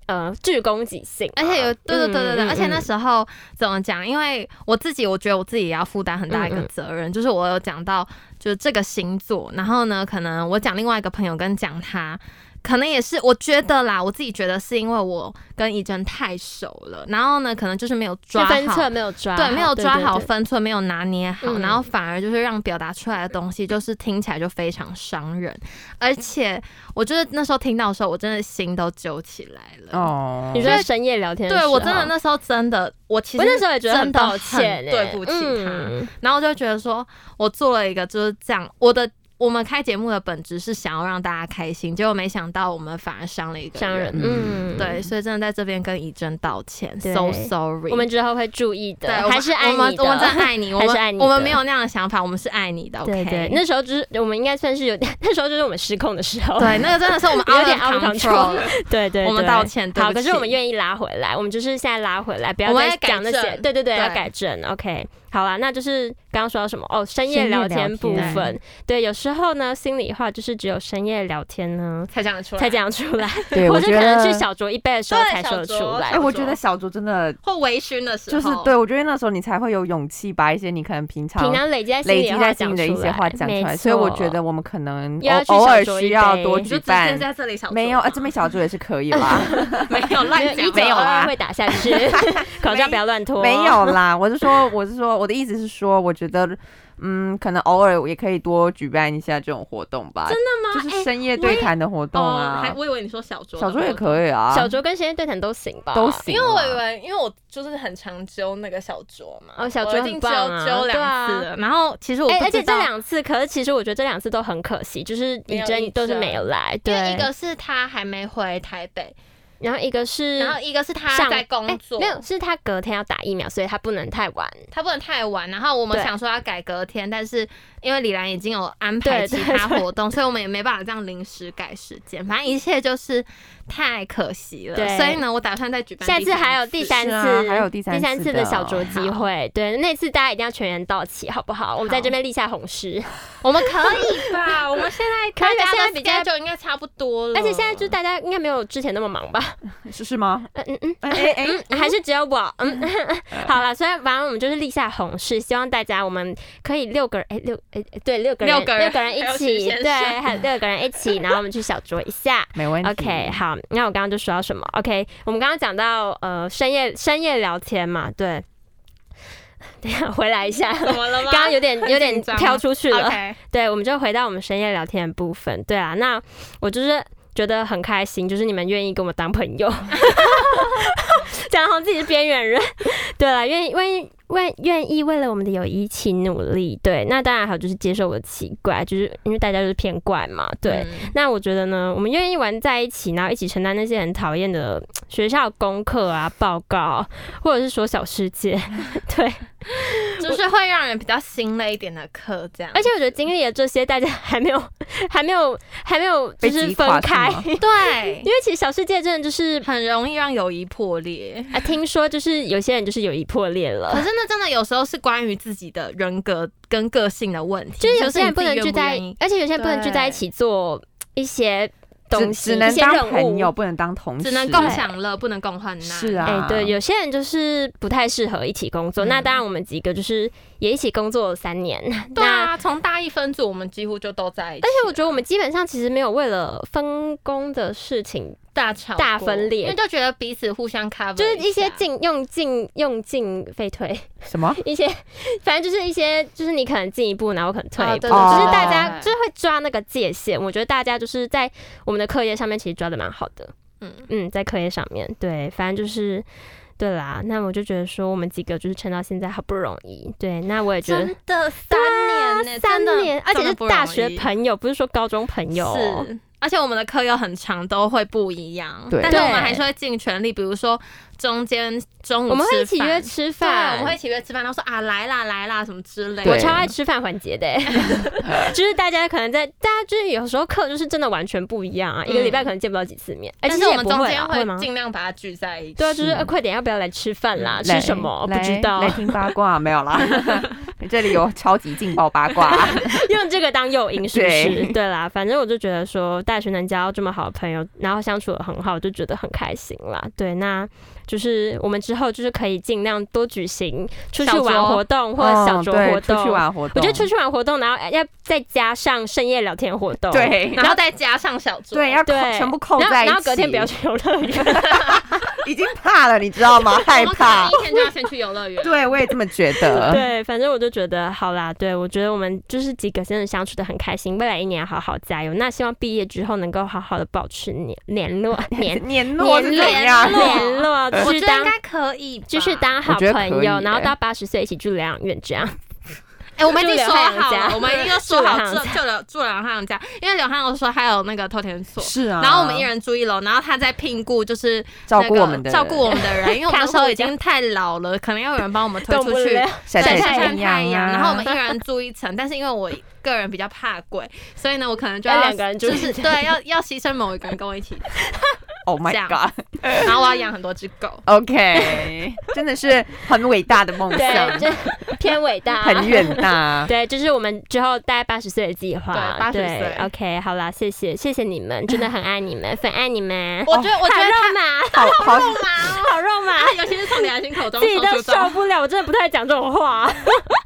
[SPEAKER 3] 呃具攻击性嘛，
[SPEAKER 1] 而且有对对对对对，
[SPEAKER 3] 嗯
[SPEAKER 1] 而且那
[SPEAKER 3] 嗯
[SPEAKER 1] 时候怎么讲？因为我自己，我觉得我自己也要负担很大一
[SPEAKER 3] 嗯
[SPEAKER 1] 个责任，就是我有讲到就是这个星座，然后呢，可能我讲另外一个朋友跟讲他。可能也是，我觉得啦，我自己觉得是因为我跟怡珍太熟了，然后呢，可能就是没有
[SPEAKER 3] 就
[SPEAKER 1] 抓
[SPEAKER 3] 分
[SPEAKER 1] 好，
[SPEAKER 3] 寸没有抓好，
[SPEAKER 1] 对，没有抓好
[SPEAKER 3] 对
[SPEAKER 1] 分寸，没有拿捏好，
[SPEAKER 3] 嗯
[SPEAKER 1] 然后反而就是让表达出来的东西，就是听起来就非常伤人。而且我就是那时候听到的时候，我真的心都揪起来了。
[SPEAKER 2] 哦
[SPEAKER 3] 对，你说在深夜聊天的时
[SPEAKER 1] 对
[SPEAKER 3] 候，
[SPEAKER 1] 我真的那时候真的，我其
[SPEAKER 3] 我
[SPEAKER 1] 实
[SPEAKER 3] 那时候也觉得很
[SPEAKER 1] 真的
[SPEAKER 3] 抱歉欸、
[SPEAKER 1] 很对不起他，
[SPEAKER 3] 嗯
[SPEAKER 1] 然后就觉得说我做了一个就是这样，我的。我们开节目的本质是想要让大家开心，结果没想到我们反而伤了一个
[SPEAKER 3] 商人，嗯，
[SPEAKER 1] 对，，所以真的在这边跟怡珍道歉
[SPEAKER 3] 对
[SPEAKER 1] ，so sorry。
[SPEAKER 3] 我们之后会注意的
[SPEAKER 1] 对，我，们
[SPEAKER 3] 还是爱
[SPEAKER 1] 我们
[SPEAKER 3] 你的，
[SPEAKER 1] 我们真的爱你，我
[SPEAKER 3] 还是爱
[SPEAKER 1] 们
[SPEAKER 3] 你的
[SPEAKER 1] 我们没有那样的想法，我们是爱你的。
[SPEAKER 3] 对
[SPEAKER 1] OK，
[SPEAKER 3] 对，那时候就是我们应该算是有， 那时候就是我们失控的时候，
[SPEAKER 1] 对那个真的是我们
[SPEAKER 3] 有点
[SPEAKER 1] out of
[SPEAKER 3] out of
[SPEAKER 1] control，了
[SPEAKER 3] 对对，
[SPEAKER 1] 我们
[SPEAKER 3] 对
[SPEAKER 1] 道歉对不
[SPEAKER 3] 好，可是我们
[SPEAKER 1] 起
[SPEAKER 3] 愿意拉回来，我们就是现在拉回来，不要
[SPEAKER 1] 我们
[SPEAKER 3] 再
[SPEAKER 1] 要改
[SPEAKER 3] 讲那些，
[SPEAKER 1] 正
[SPEAKER 3] 对对
[SPEAKER 1] 对
[SPEAKER 3] 对，要改正。OK，好啦，那就是刚刚说到什么哦，深夜
[SPEAKER 2] 深夜
[SPEAKER 3] 聊
[SPEAKER 2] 聊
[SPEAKER 3] 天
[SPEAKER 2] 天
[SPEAKER 3] 部分，对，有时候呢，心里话就是只有深夜聊天呢
[SPEAKER 1] 才讲得出来，
[SPEAKER 3] 才讲出来，
[SPEAKER 2] 对，
[SPEAKER 3] 或
[SPEAKER 2] 我
[SPEAKER 3] 者
[SPEAKER 2] 觉
[SPEAKER 3] 可能
[SPEAKER 2] 得
[SPEAKER 3] 去小酌一杯的时候
[SPEAKER 1] 对
[SPEAKER 3] 才说得
[SPEAKER 1] 小酌
[SPEAKER 3] 出来
[SPEAKER 2] 哎，。我觉得小竹真的
[SPEAKER 1] 或微醺的时
[SPEAKER 2] 就
[SPEAKER 1] 候，
[SPEAKER 2] 是，对我觉得那时候你才会有勇气把一些你可能平常
[SPEAKER 3] 平常累积在心
[SPEAKER 2] 累
[SPEAKER 3] 里
[SPEAKER 2] 积在
[SPEAKER 3] 的话
[SPEAKER 2] 心
[SPEAKER 3] 讲
[SPEAKER 2] 里的一些话讲出来，
[SPEAKER 3] 没
[SPEAKER 2] 所以我
[SPEAKER 3] 错
[SPEAKER 2] 觉得我们可能
[SPEAKER 3] 又要去
[SPEAKER 2] 偶偶尔
[SPEAKER 3] 小酌
[SPEAKER 2] 需
[SPEAKER 3] 一
[SPEAKER 2] 要多
[SPEAKER 3] 杯
[SPEAKER 1] 你
[SPEAKER 2] 举
[SPEAKER 1] 就直接
[SPEAKER 2] 办，
[SPEAKER 1] 在这里小酌
[SPEAKER 2] 没有啊，
[SPEAKER 1] 嘛
[SPEAKER 2] 这边小酌也是可以 啦，
[SPEAKER 1] 没有
[SPEAKER 3] 没
[SPEAKER 1] 乱
[SPEAKER 3] 有一
[SPEAKER 1] 讲，
[SPEAKER 3] 九
[SPEAKER 2] 没有
[SPEAKER 3] 二
[SPEAKER 2] 啦
[SPEAKER 3] 二会打下去， 口罩不要乱脱。
[SPEAKER 2] 没有啦，我是说，我是说，我的意思是说，我觉得，嗯，可能偶尔也可以多举办一下这种活动吧，真的
[SPEAKER 1] 吗
[SPEAKER 2] 就是
[SPEAKER 1] 哎
[SPEAKER 2] 深夜对谈的活动
[SPEAKER 1] 哦，
[SPEAKER 2] 啊
[SPEAKER 1] 还，我以为你说小酌，
[SPEAKER 2] 小酌也。可以啊，
[SPEAKER 3] 小酌跟时间对谈都行吧？
[SPEAKER 2] 都行啊，
[SPEAKER 1] 因为我以为，因为我就是很常揪那个小酌嘛，
[SPEAKER 3] 哦小酌
[SPEAKER 1] 我已经
[SPEAKER 3] 很
[SPEAKER 1] 揪
[SPEAKER 3] 棒啊
[SPEAKER 1] 揪
[SPEAKER 3] 对啊
[SPEAKER 1] 两次了。然后其实我
[SPEAKER 3] 哎、
[SPEAKER 1] 不
[SPEAKER 3] 而且
[SPEAKER 1] 知
[SPEAKER 3] 这
[SPEAKER 1] 道，
[SPEAKER 3] 两次，可是其实我觉得这两次都很可惜，就是
[SPEAKER 1] 没
[SPEAKER 3] 以
[SPEAKER 1] 有
[SPEAKER 3] 真
[SPEAKER 1] 以
[SPEAKER 3] 都是
[SPEAKER 1] 真
[SPEAKER 3] 没有来，
[SPEAKER 1] 因
[SPEAKER 3] 对，
[SPEAKER 1] 为一个是他还没回台北，
[SPEAKER 3] 然后一个是
[SPEAKER 1] 然后一个是他
[SPEAKER 3] 嗯上
[SPEAKER 1] 在工作，
[SPEAKER 3] 哎没有，是他隔天要打疫苗，所以他不能太晚。
[SPEAKER 1] 他不能太晚，然后我们
[SPEAKER 3] 对
[SPEAKER 1] 想说要改隔天，但是因为李兰已经有安排
[SPEAKER 3] 对对
[SPEAKER 1] 其他活动，所以我们也没办法这样临时改时间。反正一切就是太可惜了
[SPEAKER 3] 对，
[SPEAKER 1] 所以呢，我打算再举办第
[SPEAKER 3] 下
[SPEAKER 1] 三。
[SPEAKER 3] 次还有第三次，
[SPEAKER 2] 是啊还有第三
[SPEAKER 3] 第三
[SPEAKER 2] 次
[SPEAKER 3] 次
[SPEAKER 2] 的
[SPEAKER 3] 小酌机会，对，那次大家一定要全员到齐，好不好？我们在这边立下红誓，
[SPEAKER 1] 我们可以吧？我们现在
[SPEAKER 3] 可以吧
[SPEAKER 1] 大家嗯
[SPEAKER 3] 现在
[SPEAKER 1] 的
[SPEAKER 3] 比较
[SPEAKER 1] 就应该差不多了，
[SPEAKER 3] 而且现在就大家应该没有之前那么忙吧？
[SPEAKER 2] 是是吗？
[SPEAKER 3] 嗯嗯嗯。
[SPEAKER 2] 哎哎哎，
[SPEAKER 3] 嗯，还是只有我。嗯， 好了，所以反正我们就是立下红誓，希望大家我们可以六个人，哎、六哎、对六个人，
[SPEAKER 1] 六个人还
[SPEAKER 3] 一
[SPEAKER 1] 有徐
[SPEAKER 3] 起，
[SPEAKER 1] 先生
[SPEAKER 3] 对，还有六个人一起，然后我们去小酌 一下。
[SPEAKER 2] 没问题
[SPEAKER 3] OK，好，那我刚刚就说到什么？OK，我们刚刚讲到呃深夜深夜聊天嘛，对。 等一下回来一下，
[SPEAKER 1] 怎么了吗？
[SPEAKER 3] 刚刚有点有点
[SPEAKER 1] 紧张吗
[SPEAKER 3] 飘出去了。
[SPEAKER 1] OK，
[SPEAKER 3] 对，我们就回到我们深夜聊天的部分。对啊，那我就是觉得很开心，就是你们愿意跟我当朋友，讲好自己是边缘人。对啦，愿意愿意愿愿意为了我们的友谊一起努力。对，那当然还有就是接受我的奇怪，就是因为大家就是偏怪嘛。对，
[SPEAKER 1] 嗯
[SPEAKER 3] 那我觉得呢，我们愿意玩在一起，然后一起承担那些很讨厌的呃学校功课啊、报告，或者是说小世界，对。
[SPEAKER 1] 就是会让人比较心累一点的课，这样。
[SPEAKER 3] 而且我觉得经历了这些，大家还没有、还没有、还没有就
[SPEAKER 2] 被
[SPEAKER 3] 是
[SPEAKER 2] 击
[SPEAKER 3] 分
[SPEAKER 2] 垮是
[SPEAKER 3] 开，
[SPEAKER 2] 吗
[SPEAKER 3] 因
[SPEAKER 1] 对，
[SPEAKER 3] 为其实小世界真的就是
[SPEAKER 1] 很容易让友谊破裂。
[SPEAKER 3] 啊，听说就是有些人就是友谊破裂
[SPEAKER 1] 可
[SPEAKER 3] 了。
[SPEAKER 1] 是那真的有时候是关于自己的人格跟个性的问题，
[SPEAKER 3] 就是有些人
[SPEAKER 1] 你自
[SPEAKER 3] 不
[SPEAKER 1] 己
[SPEAKER 3] 能
[SPEAKER 1] 愿
[SPEAKER 3] 聚在，
[SPEAKER 1] 愿意
[SPEAKER 3] 而且有些人不能聚在一起做一些东
[SPEAKER 2] 只
[SPEAKER 3] 西，
[SPEAKER 2] 只
[SPEAKER 3] 一
[SPEAKER 2] 能
[SPEAKER 3] 些
[SPEAKER 2] 当
[SPEAKER 3] 任务
[SPEAKER 2] 朋。友，不能当同事，
[SPEAKER 1] 只能共享乐，不能共患难。
[SPEAKER 2] 是啊，
[SPEAKER 3] 哎、对，有些人就是不太适合一起工作。
[SPEAKER 1] 嗯
[SPEAKER 3] 那当然，我们几个就是也一起工作了三年。
[SPEAKER 1] 对
[SPEAKER 3] 那
[SPEAKER 1] 啊，从大一分组我们几乎就都在一起，
[SPEAKER 3] 而且我觉得我们基本上其实没有为了分工的事情，
[SPEAKER 1] 大吵
[SPEAKER 3] 大
[SPEAKER 1] 过
[SPEAKER 3] 分裂
[SPEAKER 1] 因为就觉得彼此互相 cover，
[SPEAKER 3] 就是一些
[SPEAKER 1] 下
[SPEAKER 3] 进用进用进废退，
[SPEAKER 2] 什么？
[SPEAKER 3] 一些反正就是一些就是你可能进一步，然后我可能退一
[SPEAKER 1] 哦
[SPEAKER 3] 步，
[SPEAKER 1] 对
[SPEAKER 2] 对对
[SPEAKER 3] 就是
[SPEAKER 2] 对
[SPEAKER 3] 大家
[SPEAKER 1] 对
[SPEAKER 3] 就是会抓那个界限。我觉得大家就是在我们的课业上面其实抓的蛮好的，
[SPEAKER 1] 嗯
[SPEAKER 3] 嗯，在课业上面，对，反正就是。对啦，那我就觉得说我们几个就是撑到现在好不容易，对，那我也觉得
[SPEAKER 1] 真的啊三年呢，真
[SPEAKER 3] 三
[SPEAKER 1] 的
[SPEAKER 3] 年，而且
[SPEAKER 1] 真
[SPEAKER 3] 是
[SPEAKER 1] 的不
[SPEAKER 3] 大
[SPEAKER 1] 容
[SPEAKER 3] 学
[SPEAKER 1] 易
[SPEAKER 3] 朋友，不是说高中朋友哦，
[SPEAKER 1] 是，而且我们的课又很长，都会不一样。
[SPEAKER 2] 对
[SPEAKER 1] 但是我们
[SPEAKER 3] 对
[SPEAKER 1] 还是会尽全力，比如说中间中午
[SPEAKER 3] 我们会一
[SPEAKER 1] 吃
[SPEAKER 3] 起
[SPEAKER 1] 饭
[SPEAKER 3] 约吃
[SPEAKER 1] 对，
[SPEAKER 3] 饭，
[SPEAKER 1] 我们会一起约吃饭，然后说啊来啦来啦什么之类的。
[SPEAKER 3] 我
[SPEAKER 2] 对
[SPEAKER 3] 超爱吃饭环节 的欸、就是大家可能在，大家就是有时候课就是真的完全不一样
[SPEAKER 2] 嗯
[SPEAKER 3] 啊，一个礼拜可能见不到几次面，哎、
[SPEAKER 1] 但
[SPEAKER 3] 其
[SPEAKER 1] 是
[SPEAKER 3] 实
[SPEAKER 1] 我
[SPEAKER 3] 也
[SPEAKER 1] 们
[SPEAKER 3] 不
[SPEAKER 1] 中
[SPEAKER 3] 会
[SPEAKER 1] 间
[SPEAKER 3] 啊，会吗
[SPEAKER 1] 会？尽量把它聚在一起。
[SPEAKER 3] 对啊，就是、
[SPEAKER 2] 是
[SPEAKER 3] 呃快点，要不要来吃饭啦？
[SPEAKER 2] 来
[SPEAKER 3] 吃啊什么？不
[SPEAKER 2] 来
[SPEAKER 3] 知道
[SPEAKER 2] 来，听八卦没有啦？ 这里有超级劲爆八卦，
[SPEAKER 3] 用这个当诱因是不是？
[SPEAKER 2] 对
[SPEAKER 3] 对啦，反正我就觉得说，大学能交到这么好的朋友，然后相处的很好，就觉得很开心啦。对，那就是我们之后就是可以尽量多举行出去
[SPEAKER 1] 小
[SPEAKER 3] 玩
[SPEAKER 1] 酌
[SPEAKER 3] 活动或者小
[SPEAKER 2] 嗯
[SPEAKER 3] 酌
[SPEAKER 2] 对
[SPEAKER 3] 活动。
[SPEAKER 2] 出去玩活动，
[SPEAKER 3] 我觉得出去玩活动，然后呃要再加上深夜聊天活动，
[SPEAKER 2] 对
[SPEAKER 1] 然后再加上小桌，
[SPEAKER 2] 对要扣
[SPEAKER 3] 对，
[SPEAKER 2] 全部扣
[SPEAKER 3] 然后
[SPEAKER 2] 在一起，
[SPEAKER 3] 然后隔天不要，去游 乐园，
[SPEAKER 2] 已经怕了，你知道 吗？害
[SPEAKER 1] 我们可能
[SPEAKER 2] 怕。
[SPEAKER 1] 一天就要先去游乐园。
[SPEAKER 2] 对，我也这么觉 得。
[SPEAKER 3] 对，反正我就觉得好啦，对我觉得我们就是几个真的相处的很开心，未来一年好好加油。那希望毕业之后能够好好的保持联 联络联
[SPEAKER 2] 年落是怎样？
[SPEAKER 1] 联络
[SPEAKER 3] 联络，
[SPEAKER 1] 我觉
[SPEAKER 3] 继续
[SPEAKER 1] 得应
[SPEAKER 3] 当
[SPEAKER 1] 该可以吧，
[SPEAKER 3] 继续当好
[SPEAKER 2] 我觉得可
[SPEAKER 3] 朋
[SPEAKER 2] 以
[SPEAKER 3] 友，然后
[SPEAKER 2] 欸
[SPEAKER 3] 到八十岁一起住疗养院 这样。
[SPEAKER 1] 哎、我们已经说
[SPEAKER 3] 住刘
[SPEAKER 1] 好
[SPEAKER 3] 汉阳
[SPEAKER 1] 了，
[SPEAKER 3] 家
[SPEAKER 1] 我们已经说好
[SPEAKER 3] 住刘
[SPEAKER 1] 住 就刘住刘汉阳家，因为刘汉阳说还有那个偷田所，
[SPEAKER 2] 是啊
[SPEAKER 1] 然后我们一人住一楼，然后他在聘雇就是
[SPEAKER 2] 照
[SPEAKER 1] 那
[SPEAKER 2] 顾
[SPEAKER 1] 个
[SPEAKER 2] 我们的，
[SPEAKER 1] 照顾我们的 人，因为我们那时
[SPEAKER 3] 看
[SPEAKER 1] 候
[SPEAKER 3] 护家
[SPEAKER 1] 已经太老了，可能要有人帮我们推
[SPEAKER 3] 动
[SPEAKER 1] 出
[SPEAKER 3] 不
[SPEAKER 1] 去
[SPEAKER 3] 了
[SPEAKER 2] 晒
[SPEAKER 1] 晒
[SPEAKER 3] 太
[SPEAKER 1] 晒
[SPEAKER 2] 阳啊
[SPEAKER 1] 阳，然后我们一人住一层，但是因为我个人比较怕鬼，所以呢，我可能就
[SPEAKER 3] 要
[SPEAKER 1] 要
[SPEAKER 3] 哎两个人住
[SPEAKER 1] 就
[SPEAKER 3] 一
[SPEAKER 1] 是
[SPEAKER 3] 层
[SPEAKER 1] 对，要要牺牲某一个人跟我一 起，
[SPEAKER 2] Oh
[SPEAKER 1] 这
[SPEAKER 2] my
[SPEAKER 1] 样
[SPEAKER 2] god！
[SPEAKER 1] 然后我要养很多只狗。
[SPEAKER 3] 哦
[SPEAKER 2] OK，真 的是很伟大的梦
[SPEAKER 3] 对，
[SPEAKER 2] 想，
[SPEAKER 3] 啊这偏伟大，。
[SPEAKER 2] 很远大
[SPEAKER 3] 对，这是我们之后大概八十岁的计划。
[SPEAKER 1] 对80岁
[SPEAKER 3] o k 好啦，谢谢，谢谢你们，真的很爱你 们，很爱你们。
[SPEAKER 1] 我觉得，我觉得
[SPEAKER 3] 好
[SPEAKER 1] 啊
[SPEAKER 3] 肉麻，
[SPEAKER 2] 好好，
[SPEAKER 1] 他
[SPEAKER 3] 好肉麻，
[SPEAKER 1] 他 尤其是从李雅欣口中
[SPEAKER 3] 自己
[SPEAKER 1] 说
[SPEAKER 3] 都
[SPEAKER 1] 出这
[SPEAKER 3] 受
[SPEAKER 1] 种
[SPEAKER 3] 不了，我真的不太讲这种话。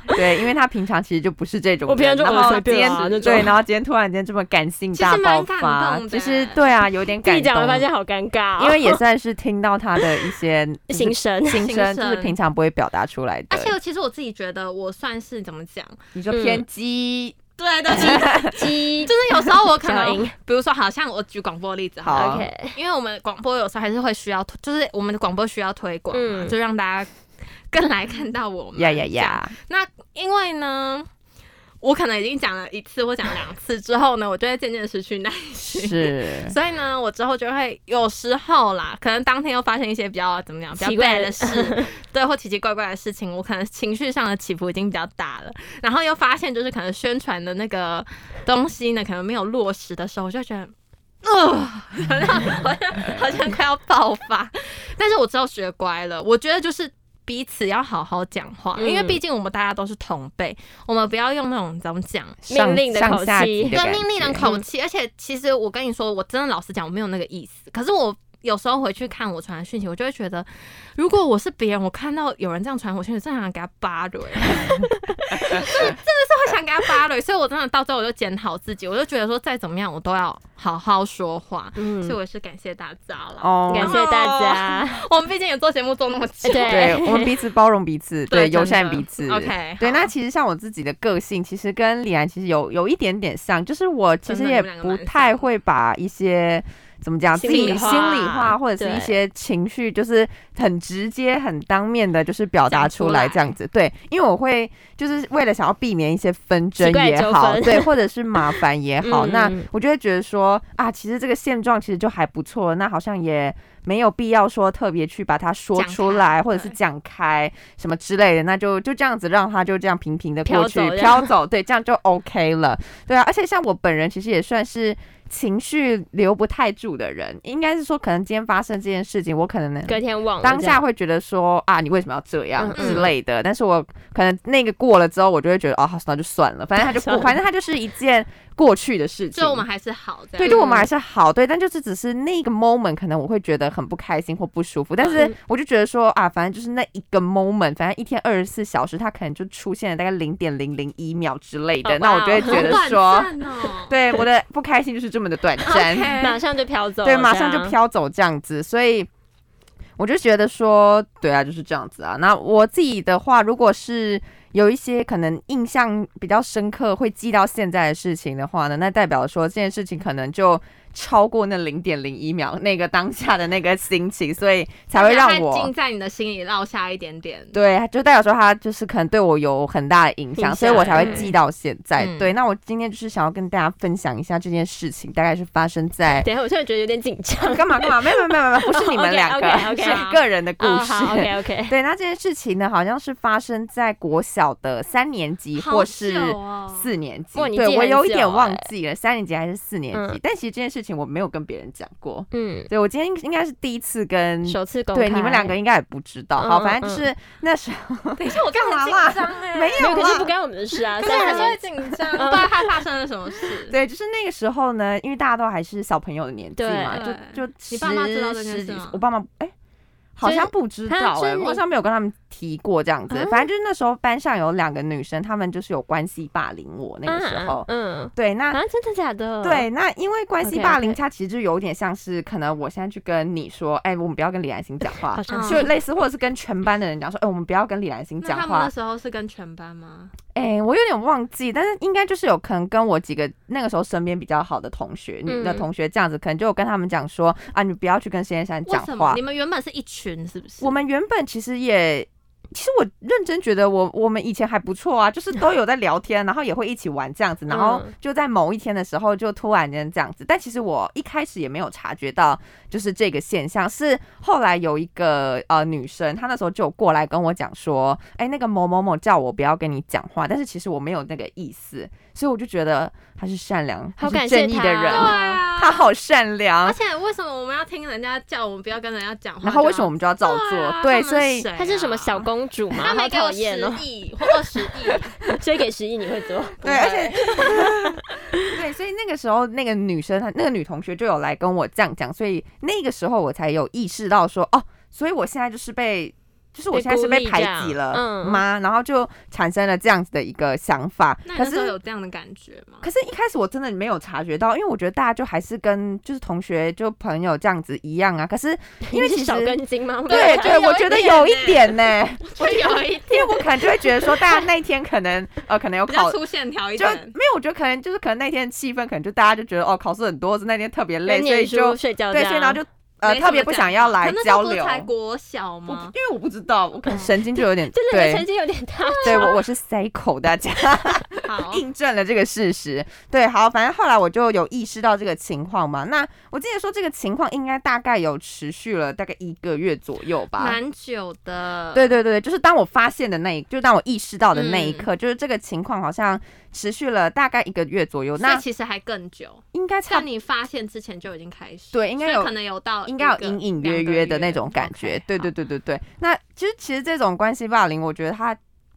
[SPEAKER 2] 对，因为他平常其实就不是这种人，
[SPEAKER 3] 我平常就
[SPEAKER 2] 然
[SPEAKER 3] 我
[SPEAKER 2] 后
[SPEAKER 3] 随
[SPEAKER 2] 今
[SPEAKER 3] 便
[SPEAKER 2] 天
[SPEAKER 3] 啊那种
[SPEAKER 2] 对，然后今天突然间这么感性
[SPEAKER 1] 其实
[SPEAKER 2] 大爆
[SPEAKER 1] 蛮感
[SPEAKER 2] 发
[SPEAKER 1] 动，的
[SPEAKER 2] 就是对啊，有点
[SPEAKER 3] 自己
[SPEAKER 2] 感
[SPEAKER 3] 讲了发
[SPEAKER 2] 动，
[SPEAKER 3] 现好尴尬哦、
[SPEAKER 2] 因为也算是听到他的一些就是
[SPEAKER 3] 心 声。
[SPEAKER 2] 心声，
[SPEAKER 1] 心声
[SPEAKER 2] 就是平常不会表达出来的
[SPEAKER 1] 而。且其实我自己觉得，我算是怎么讲？
[SPEAKER 2] 你说
[SPEAKER 3] 嗯
[SPEAKER 2] 偏激，
[SPEAKER 1] 对对对，
[SPEAKER 3] 鸡
[SPEAKER 1] 就是有时候我可
[SPEAKER 3] 小
[SPEAKER 1] 能
[SPEAKER 3] 英，
[SPEAKER 1] 比如说，好像我举广播例子好了，
[SPEAKER 2] 好
[SPEAKER 3] OK，
[SPEAKER 1] 因为我们广播有时候还是会需要，就是我们的广播需要推广嘛，
[SPEAKER 3] 嗯
[SPEAKER 1] 就让大家更来看到我们。
[SPEAKER 2] 呀呀！呀，
[SPEAKER 1] 因为呢，我可能已经讲了一次或讲两次之后呢，我就会渐渐失去耐心。
[SPEAKER 2] 是
[SPEAKER 1] 所以呢，我之后就会有时候啦，可能当天又发生一些比较怎么讲，比较
[SPEAKER 3] 奇怪
[SPEAKER 1] bad
[SPEAKER 3] 的
[SPEAKER 1] 的事， 对，或奇奇怪怪的事情，我可能情绪上的起伏已经比较大了。然后又发现就是可能宣传的那个东西呢，可能没有落实的时候，我就觉得。呃，好像好像快要爆 发，但是我之后学乖了，我觉得就是彼此要好好讲话，
[SPEAKER 3] 嗯
[SPEAKER 1] 因为毕竟我们大家都是同辈，我们不要用那种怎么讲，
[SPEAKER 2] 上
[SPEAKER 3] 命令的口
[SPEAKER 2] 上下
[SPEAKER 3] 气
[SPEAKER 2] 级的
[SPEAKER 1] 对
[SPEAKER 2] 感
[SPEAKER 1] 命令
[SPEAKER 2] 觉
[SPEAKER 1] 的口气，而且其实我跟你说，我真的老实讲，我没有那个意思。可是我有时候回去看我传的讯息，我就会觉得，如果 我是别人，我看到有人这样传我讯息，真的想给他扒了、欸，真的真的是会想想跟他发累，所以我真的到最后我就检讨自己，我就觉得说再怎么样我都要好好说话，所以
[SPEAKER 3] 嗯，
[SPEAKER 1] 我也是感谢大家了。
[SPEAKER 2] 哦
[SPEAKER 3] 感谢大家，
[SPEAKER 1] 我们毕竟也做节目做那么久，
[SPEAKER 3] 对
[SPEAKER 2] 对我们彼此包容彼此， 对，友善彼此。
[SPEAKER 1] OK，
[SPEAKER 2] 对，那其实像我自己的个性，其实跟李安其实有有一点点像，就是我其实也
[SPEAKER 1] 真的你们两个
[SPEAKER 2] 不
[SPEAKER 1] 蛮像
[SPEAKER 2] 太会把一些怎么讲自
[SPEAKER 3] 心
[SPEAKER 2] 己
[SPEAKER 3] 里
[SPEAKER 2] 心
[SPEAKER 3] 话
[SPEAKER 2] 里话或者是一
[SPEAKER 3] 对
[SPEAKER 2] 些情绪，就是很直接、很当面的，就是表达
[SPEAKER 1] 讲
[SPEAKER 2] 出
[SPEAKER 1] 出
[SPEAKER 2] 来
[SPEAKER 1] 来
[SPEAKER 2] 这样子。对，因为我会就是为了想要避免一些纷争
[SPEAKER 3] 奇怪
[SPEAKER 2] 也
[SPEAKER 3] 纠
[SPEAKER 2] 好，
[SPEAKER 3] 纷
[SPEAKER 2] 对，或者是麻烦也好，
[SPEAKER 3] 嗯
[SPEAKER 2] 那
[SPEAKER 3] 嗯
[SPEAKER 2] 我就会觉得说啊，其实这个现状其实就还不错，那好像也没有必要说特别去把它说
[SPEAKER 1] 讲
[SPEAKER 2] 出
[SPEAKER 1] 开
[SPEAKER 2] 来，或者是
[SPEAKER 1] 对
[SPEAKER 2] 讲开。什么之类的，那就就这样子让他就这样平平的过去
[SPEAKER 3] 飘走这样
[SPEAKER 2] 飘走，对，这样就 OK 了，对啊。而且像我本人其实也算是情绪留不太住的人，应该是说可能今天发生这件事情，我可能
[SPEAKER 3] 隔天忘了
[SPEAKER 2] 当
[SPEAKER 3] 这样
[SPEAKER 2] 下会觉得说啊，你为什么要这样
[SPEAKER 3] 嗯
[SPEAKER 1] 嗯
[SPEAKER 2] 之类的，但是我可能那个过了之后，我就会觉得哦，那就算了，反正他就
[SPEAKER 3] 算
[SPEAKER 2] 过，
[SPEAKER 3] 了
[SPEAKER 2] 反正他就是一件过去的事情
[SPEAKER 1] 就。我们还是好的。
[SPEAKER 2] 对，就我们还是好，对，但就是只是那个 moment，可能我会觉得很不开心或不舒服，但是
[SPEAKER 3] 嗯
[SPEAKER 2] 我就觉得说啊，反正就是那一个 moment，反正一天二十四小时，它可能就出现了大概零点零零一秒之类的，
[SPEAKER 3] 哦
[SPEAKER 2] 那我
[SPEAKER 3] 哇
[SPEAKER 2] 就会
[SPEAKER 3] 哦
[SPEAKER 2] 觉得
[SPEAKER 1] 好
[SPEAKER 2] 说，
[SPEAKER 1] 短暂哦，
[SPEAKER 2] 对，我的不开心就是这么的短暂。
[SPEAKER 1] OK
[SPEAKER 3] 马上就飘走了，
[SPEAKER 2] 对，马上
[SPEAKER 3] 这
[SPEAKER 2] 就
[SPEAKER 3] 样。
[SPEAKER 2] 飘走这样子，所以我就觉得说，对啊，就是这样子啊。那我自己的话，如果是有一些可能印象比较深刻，会记到现在的事情的话呢，那代表说这件事情可能就超过那零点零一秒那个当下的那个心情，所以才会让
[SPEAKER 1] 它
[SPEAKER 2] 我
[SPEAKER 1] 浸。在你的心里落下一点点。
[SPEAKER 2] 对，就代表说他就是可能对我有很大的影响，
[SPEAKER 3] 影
[SPEAKER 2] 所以我
[SPEAKER 3] 响
[SPEAKER 2] 才会
[SPEAKER 3] 嗯
[SPEAKER 2] 记到现在。
[SPEAKER 1] 嗯
[SPEAKER 2] 对，那我今天就是想要跟大家分享一下这件事情，大概是发生在
[SPEAKER 3] 等一下，我现在觉得有点紧 张。
[SPEAKER 2] 干嘛干嘛？没有没有没有没 有，不是你们
[SPEAKER 3] OK，
[SPEAKER 2] 两个
[SPEAKER 3] 哦 OK，OK
[SPEAKER 2] 是个人的故
[SPEAKER 3] 哦，
[SPEAKER 2] 事。
[SPEAKER 3] 好 ，OK OK，
[SPEAKER 2] 对，那这件事情呢，好像是发生在国小的三年级
[SPEAKER 1] 好
[SPEAKER 2] 或是
[SPEAKER 1] 久哦
[SPEAKER 2] 四年级。
[SPEAKER 3] 哇你
[SPEAKER 2] 对
[SPEAKER 3] 记
[SPEAKER 2] 我
[SPEAKER 3] 很
[SPEAKER 2] 有一
[SPEAKER 3] 久
[SPEAKER 2] 点忘
[SPEAKER 3] 欸
[SPEAKER 2] 记了，三年级还是四年级？
[SPEAKER 3] 嗯
[SPEAKER 2] 但其实这件事情我没有跟别人讲过。
[SPEAKER 3] 嗯，
[SPEAKER 2] 对我今天应该是第一次跟。
[SPEAKER 3] 首次公
[SPEAKER 2] 嗯
[SPEAKER 3] 开，
[SPEAKER 2] 对，你们两个应该也不知道。
[SPEAKER 3] 嗯
[SPEAKER 2] 好，
[SPEAKER 3] 嗯
[SPEAKER 2] 反正就是那时候
[SPEAKER 1] 等一下，我
[SPEAKER 2] 干嘛
[SPEAKER 1] 很
[SPEAKER 2] 啦
[SPEAKER 1] 紧张哎，
[SPEAKER 2] 没
[SPEAKER 3] 没
[SPEAKER 2] 有啊
[SPEAKER 3] 有，可
[SPEAKER 2] 啦
[SPEAKER 3] 是不干我们的事啊。
[SPEAKER 1] 可是还
[SPEAKER 3] 但
[SPEAKER 1] 是会紧 张，不知道他发生了什么事。
[SPEAKER 2] 对，就是那个时候呢，因为大家都还是小朋友的年纪
[SPEAKER 3] 对
[SPEAKER 2] 嘛，就就
[SPEAKER 1] 你
[SPEAKER 2] 十
[SPEAKER 1] 爸妈知道这件
[SPEAKER 2] 十
[SPEAKER 1] 事
[SPEAKER 2] 几
[SPEAKER 1] 吗，
[SPEAKER 2] 我爸妈哎、好像不知
[SPEAKER 3] 他
[SPEAKER 2] 道哎、
[SPEAKER 3] 是
[SPEAKER 2] 我
[SPEAKER 3] 你
[SPEAKER 2] 好像没有跟他们提过这样子。
[SPEAKER 3] 啊
[SPEAKER 2] 反正就是那时候班上有两个女生，她们就是有关系霸凌我那个时候。
[SPEAKER 3] 嗯，
[SPEAKER 2] 对，那、
[SPEAKER 1] 哦
[SPEAKER 3] 啊，真的假的？，
[SPEAKER 2] 对，那因为关系
[SPEAKER 3] OK，OK
[SPEAKER 2] 霸凌，它其实就有点像是可能我现在去跟你说，哎、我们不要跟李兰心讲话
[SPEAKER 3] 好，像
[SPEAKER 1] 嗯
[SPEAKER 2] 就类似或啊者是跟全班的人讲说，哎、我们不要跟李兰心
[SPEAKER 1] 那
[SPEAKER 2] 讲
[SPEAKER 1] 他们
[SPEAKER 2] 话
[SPEAKER 1] 那。时候是跟全班吗？
[SPEAKER 2] 哎、我有点忘记，但是应该就是有可能跟我几个那个时候身边比较好的同学，女的
[SPEAKER 3] 嗯
[SPEAKER 2] 同学这样子，可能就有跟他们讲说啊，你不要去跟先生
[SPEAKER 1] 为
[SPEAKER 2] 讲
[SPEAKER 1] 什么
[SPEAKER 2] 话
[SPEAKER 1] 你。们原本是一群是不是？
[SPEAKER 2] 我们原本其实也，其实我认真觉得我我们以前还不错啊，就是都有在聊天，然后也会一起玩这样子，然后
[SPEAKER 3] 嗯
[SPEAKER 2] 就在某一天的时候就突然间这样子。但其实我一开始也没有察觉到，就是这个现象是后来有一个呃女生，她那时候就有过来跟我讲说，哎、那个某某某叫我不要跟你讲话，但是其实我没有那个意思，所以我就觉得她是善良、她
[SPEAKER 3] 好
[SPEAKER 2] 是
[SPEAKER 3] 感
[SPEAKER 2] 正
[SPEAKER 3] 谢哦
[SPEAKER 2] 义
[SPEAKER 3] 他
[SPEAKER 2] 的人，
[SPEAKER 1] 对啊，
[SPEAKER 2] 她好善良
[SPEAKER 1] 而。且为什么我们要听人家叫我们不要跟人家讲话？
[SPEAKER 2] 然后为什么我们就要照
[SPEAKER 1] 对
[SPEAKER 2] 做？
[SPEAKER 1] 啊
[SPEAKER 2] 对，
[SPEAKER 1] 他
[SPEAKER 2] 所
[SPEAKER 1] 们
[SPEAKER 2] 以
[SPEAKER 1] 谁啊
[SPEAKER 3] 她是什么小公主吗？
[SPEAKER 1] 他
[SPEAKER 3] 好
[SPEAKER 1] 没给我
[SPEAKER 3] 讨
[SPEAKER 1] 十
[SPEAKER 3] 厌哦，
[SPEAKER 1] 亿或二 十亿，
[SPEAKER 3] 所以给十亿你会做？
[SPEAKER 2] 对，而且 对，所以那个时候那个女生她那个女同学就有来跟我这样讲，所以那个时候我才有意识到说，哦，所以我现在就是被。就是我
[SPEAKER 3] 被
[SPEAKER 2] 现在是
[SPEAKER 3] 孤
[SPEAKER 2] 被
[SPEAKER 3] 立
[SPEAKER 2] 排
[SPEAKER 3] 这样
[SPEAKER 2] 挤了
[SPEAKER 3] 嗯
[SPEAKER 2] 吗？然后就产生了这样子的一个想法。
[SPEAKER 1] 那你
[SPEAKER 2] 可
[SPEAKER 1] 那时候
[SPEAKER 2] 是
[SPEAKER 1] 有这样的感觉吗？
[SPEAKER 2] 可是，一开始我真的没有察觉到，因为我觉得大家就还是跟就是同学就朋友这样子一样啊。可是因为其
[SPEAKER 3] 你是
[SPEAKER 2] 实
[SPEAKER 3] 少根筋吗？
[SPEAKER 2] 对对，
[SPEAKER 1] 有
[SPEAKER 2] 我
[SPEAKER 1] 一
[SPEAKER 2] 觉得
[SPEAKER 1] 点
[SPEAKER 2] 有一
[SPEAKER 1] 呢
[SPEAKER 2] 点呢、
[SPEAKER 1] 就有一
[SPEAKER 2] 因为我可能就会觉得说，大家那一天可能呃可能有
[SPEAKER 1] 比
[SPEAKER 2] 考
[SPEAKER 1] 较粗线条一
[SPEAKER 2] 就
[SPEAKER 1] 点，
[SPEAKER 2] 没有，我觉得可能就是可能那天气氛，可能就大家就觉得哦，考试很多，是那天特别累，
[SPEAKER 3] 跟
[SPEAKER 2] 所以
[SPEAKER 3] 念
[SPEAKER 2] 就
[SPEAKER 3] 书睡觉这
[SPEAKER 2] 对，
[SPEAKER 3] 样，
[SPEAKER 2] 所以然后就呃
[SPEAKER 1] 没什么
[SPEAKER 2] 特别不想要来
[SPEAKER 1] 可那时
[SPEAKER 2] 交
[SPEAKER 1] 候不是
[SPEAKER 2] 流。
[SPEAKER 1] 才国小
[SPEAKER 2] 我不
[SPEAKER 1] 吗？
[SPEAKER 2] 因为我不知道，我可能神经就有点
[SPEAKER 3] 真的你的成
[SPEAKER 2] 对。
[SPEAKER 3] 绩有点大，
[SPEAKER 2] 对我我是塞口，大家
[SPEAKER 1] 好，
[SPEAKER 2] 印证了这个事实。对，好，反正后来我就有意识到这个情况嘛。那我记得说这个情况应该大概有持续了大概一个月左右吧。
[SPEAKER 1] 蛮久的。
[SPEAKER 2] 对对对，就是当我发现的那一，就当我意识到的那一
[SPEAKER 1] 嗯
[SPEAKER 2] 刻，就是这个情况好像持续了大概一个月左右。
[SPEAKER 1] 所以
[SPEAKER 2] 那
[SPEAKER 1] 其实还更久，
[SPEAKER 2] 应该差
[SPEAKER 1] 在你发现之前就已经开始。
[SPEAKER 2] 对应该
[SPEAKER 1] 所以
[SPEAKER 2] 有
[SPEAKER 1] 可能有到
[SPEAKER 2] 应该有
[SPEAKER 1] 一个
[SPEAKER 2] 隐隐
[SPEAKER 1] 嗯
[SPEAKER 2] 约约的那种感觉。对对，对对对。那其实其实这种关系霸凌，我觉得它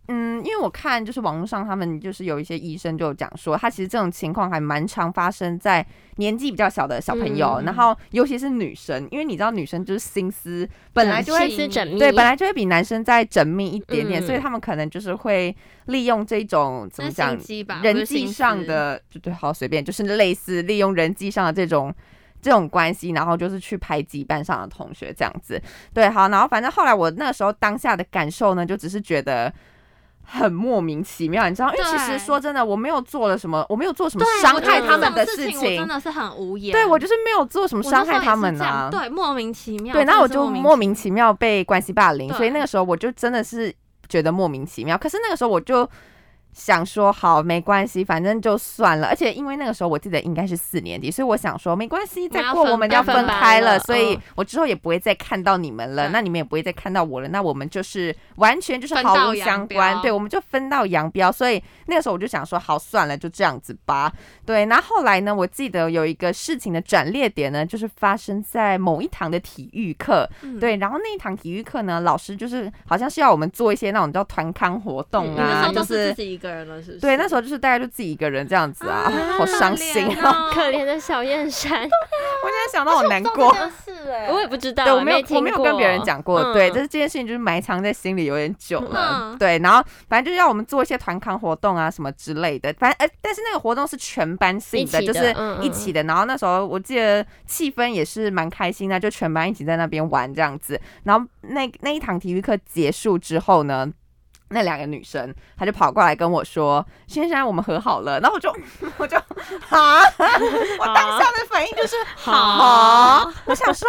[SPEAKER 2] 嗯，因为我看就是网络上他们就是有一些医生就有讲说，他其实这种情况还蛮常发生在年纪比较小的小朋友，
[SPEAKER 3] 嗯
[SPEAKER 2] 然后尤其是女生，因为你知道女生就是心思本来就会
[SPEAKER 1] 细
[SPEAKER 3] 是缜密，
[SPEAKER 2] 对，本来就会比男生再缜密一点点，
[SPEAKER 3] 嗯
[SPEAKER 2] 所以他们可能就是会利用这种怎么
[SPEAKER 1] 那
[SPEAKER 2] 讲
[SPEAKER 1] 心机吧，不
[SPEAKER 2] 人
[SPEAKER 1] 是
[SPEAKER 2] 际
[SPEAKER 1] 心思
[SPEAKER 2] 上，的，就对，好随便，就是类似利用人际上的这种。这种关系，然后就是去排挤班上的同学这样子，对，好，然后反正后来我那个时候当下的感受呢，就只是觉得很莫名其妙，你知道，因为其实
[SPEAKER 1] 对
[SPEAKER 2] 说真的，我没有做了什么，我没有做什么
[SPEAKER 1] 对，
[SPEAKER 2] 嗯伤
[SPEAKER 1] 我觉
[SPEAKER 2] 害
[SPEAKER 1] 得
[SPEAKER 2] 他们
[SPEAKER 1] 这
[SPEAKER 2] 的
[SPEAKER 1] 种事
[SPEAKER 2] 情，
[SPEAKER 1] 情，我真的是很无言。
[SPEAKER 2] 对我就是没有做什么
[SPEAKER 1] 我
[SPEAKER 2] 伤害
[SPEAKER 1] 那时候也是
[SPEAKER 2] 他们
[SPEAKER 1] 这样，
[SPEAKER 2] 啊
[SPEAKER 1] 对，莫名其妙。
[SPEAKER 2] 对，
[SPEAKER 1] 真的
[SPEAKER 2] 然后我
[SPEAKER 1] 是
[SPEAKER 2] 就
[SPEAKER 1] 莫
[SPEAKER 2] 莫
[SPEAKER 1] 名
[SPEAKER 2] 名其妙被关系霸凌，所
[SPEAKER 1] 对
[SPEAKER 2] 以那个时候我就真的是觉得莫名其妙。可是那个时候我就想说，好，没关系，反正就算了。而且因为那个时候我记得应该是四年级，所以我想说没关
[SPEAKER 1] 我
[SPEAKER 2] 系，
[SPEAKER 1] 们
[SPEAKER 2] 再
[SPEAKER 1] 要
[SPEAKER 2] 过
[SPEAKER 1] 分
[SPEAKER 2] 我们就要
[SPEAKER 1] 班
[SPEAKER 2] 分
[SPEAKER 1] 了
[SPEAKER 2] 开了，
[SPEAKER 3] 嗯
[SPEAKER 2] 所以我之后也不会再看到你们了，
[SPEAKER 1] 对
[SPEAKER 2] 那你们也不会再看到我了，那我们就是完全就是
[SPEAKER 1] 分
[SPEAKER 2] 毫
[SPEAKER 1] 道
[SPEAKER 2] 无
[SPEAKER 1] 扬
[SPEAKER 2] 相关，
[SPEAKER 1] 镳
[SPEAKER 2] 对，我们就分道扬镳。所以那个时候我就想说，好，算了，就这样子吧。对，那后来呢？我记得有一个事情的转捩点呢，就是发生在某一堂的体育课。
[SPEAKER 1] 嗯
[SPEAKER 2] 对，然后那一堂体育课呢，老师就是好像是要我们做一些那种叫团康活动
[SPEAKER 3] 嗯
[SPEAKER 1] 你那
[SPEAKER 2] 啊，
[SPEAKER 1] 时候
[SPEAKER 2] 就
[SPEAKER 1] 都是
[SPEAKER 2] 是
[SPEAKER 1] 自己一个人了，是不是？
[SPEAKER 2] 对，那时候就是大概就自己一个人这样子啊，
[SPEAKER 1] 啊
[SPEAKER 2] 好伤心
[SPEAKER 1] 可怜
[SPEAKER 2] 啊！
[SPEAKER 1] 哦
[SPEAKER 3] 可怜的小燕山，
[SPEAKER 2] 我现在想到好难过。
[SPEAKER 1] 真的是哎，
[SPEAKER 3] 我也不知道，
[SPEAKER 2] 对，我没有，
[SPEAKER 3] 听
[SPEAKER 2] 我没有跟别人讲过，
[SPEAKER 3] 嗯
[SPEAKER 2] 对，就是这件事情就是埋藏在心里有点久了，
[SPEAKER 1] 嗯
[SPEAKER 2] 对，然后反正就是要我们做一些团康活动啊什么之类的，反正呃，但是那个活动是全班性
[SPEAKER 3] 一起的
[SPEAKER 2] 就是
[SPEAKER 3] 嗯嗯
[SPEAKER 2] 一起的，然后那时候我记得气氛也是蛮开心的，就全班一起在那边玩这样子，然后那那一堂体育课结束之后呢。那两个女生，她就跑过来跟我说：“先生，啊我们和好了。”然后我就，我就，啊！我当下的反应就是
[SPEAKER 3] 啊
[SPEAKER 1] 好
[SPEAKER 2] 好，我想说，